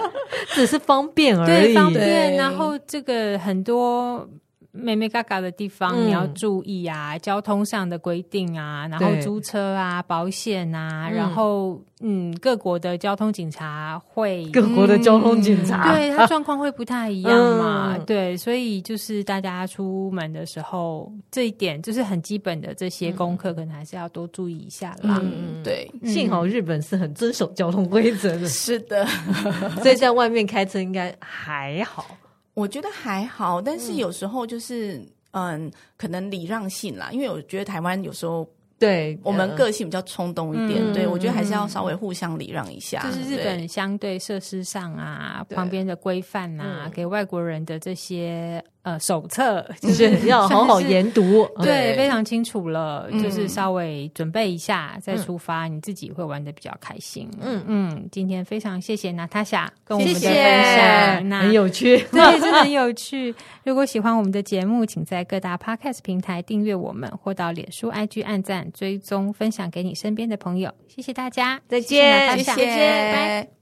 S2: 只是方便而
S1: 对，
S2: 已。
S1: 方便。
S3: 对
S1: 然后这个很多妹妹嘎嘎的地方，
S2: 嗯
S1: 你要注意啊，交通上的规定啊，然后
S2: 对
S1: 租车啊、保险啊，
S2: 嗯
S1: 然后嗯，各国的交通警察会。
S2: 各国的交通警察，
S1: 嗯对他状况会不太一样嘛，
S2: 啊嗯
S1: 对，所以就是大家出门的时候，这一点就是很基本的这些功
S2: 嗯
S1: 课，可能还是要多注意一下啦。
S3: 嗯，对，
S2: 幸好日本是很遵守交通规则的，
S3: 是的，
S2: 所以在外面开车应该还好。
S3: 我觉得还好，但是有时候就是。嗯，可能礼让性啦，因为我觉得台湾有时候
S2: 对，嗯
S3: 我们个性比较冲动一点，
S1: 嗯
S3: 对我觉得还是要稍微互相礼让一下。
S1: 就是日
S3: 对
S1: 本相对设施上啊，
S2: 对
S1: 旁边的规范啊，
S2: 嗯
S1: 给外国人的这些呃手册，就
S2: 就是是要好 好
S1: 算是
S2: 研读。嗯
S3: 对
S1: 对，非常清楚了，
S3: 嗯
S1: 就是稍微准备一下
S2: 嗯
S1: 再出发，你自己会玩的比较开心。嗯嗯，今天非常谢谢娜塔莎跟我们的
S3: 谢
S1: 分
S3: 谢
S1: 享，那
S2: 很有趣。
S1: 对，真的很有趣。 如果喜欢我们的节目，请在各大 podcast 平台订阅我们，或到脸书、IG 按赞、追踪、分享给你身边的朋友。谢谢大家，
S2: 再
S1: 谢谢娜塔
S2: 见
S1: 莎
S3: 谢
S1: 拜拜。
S3: 谢。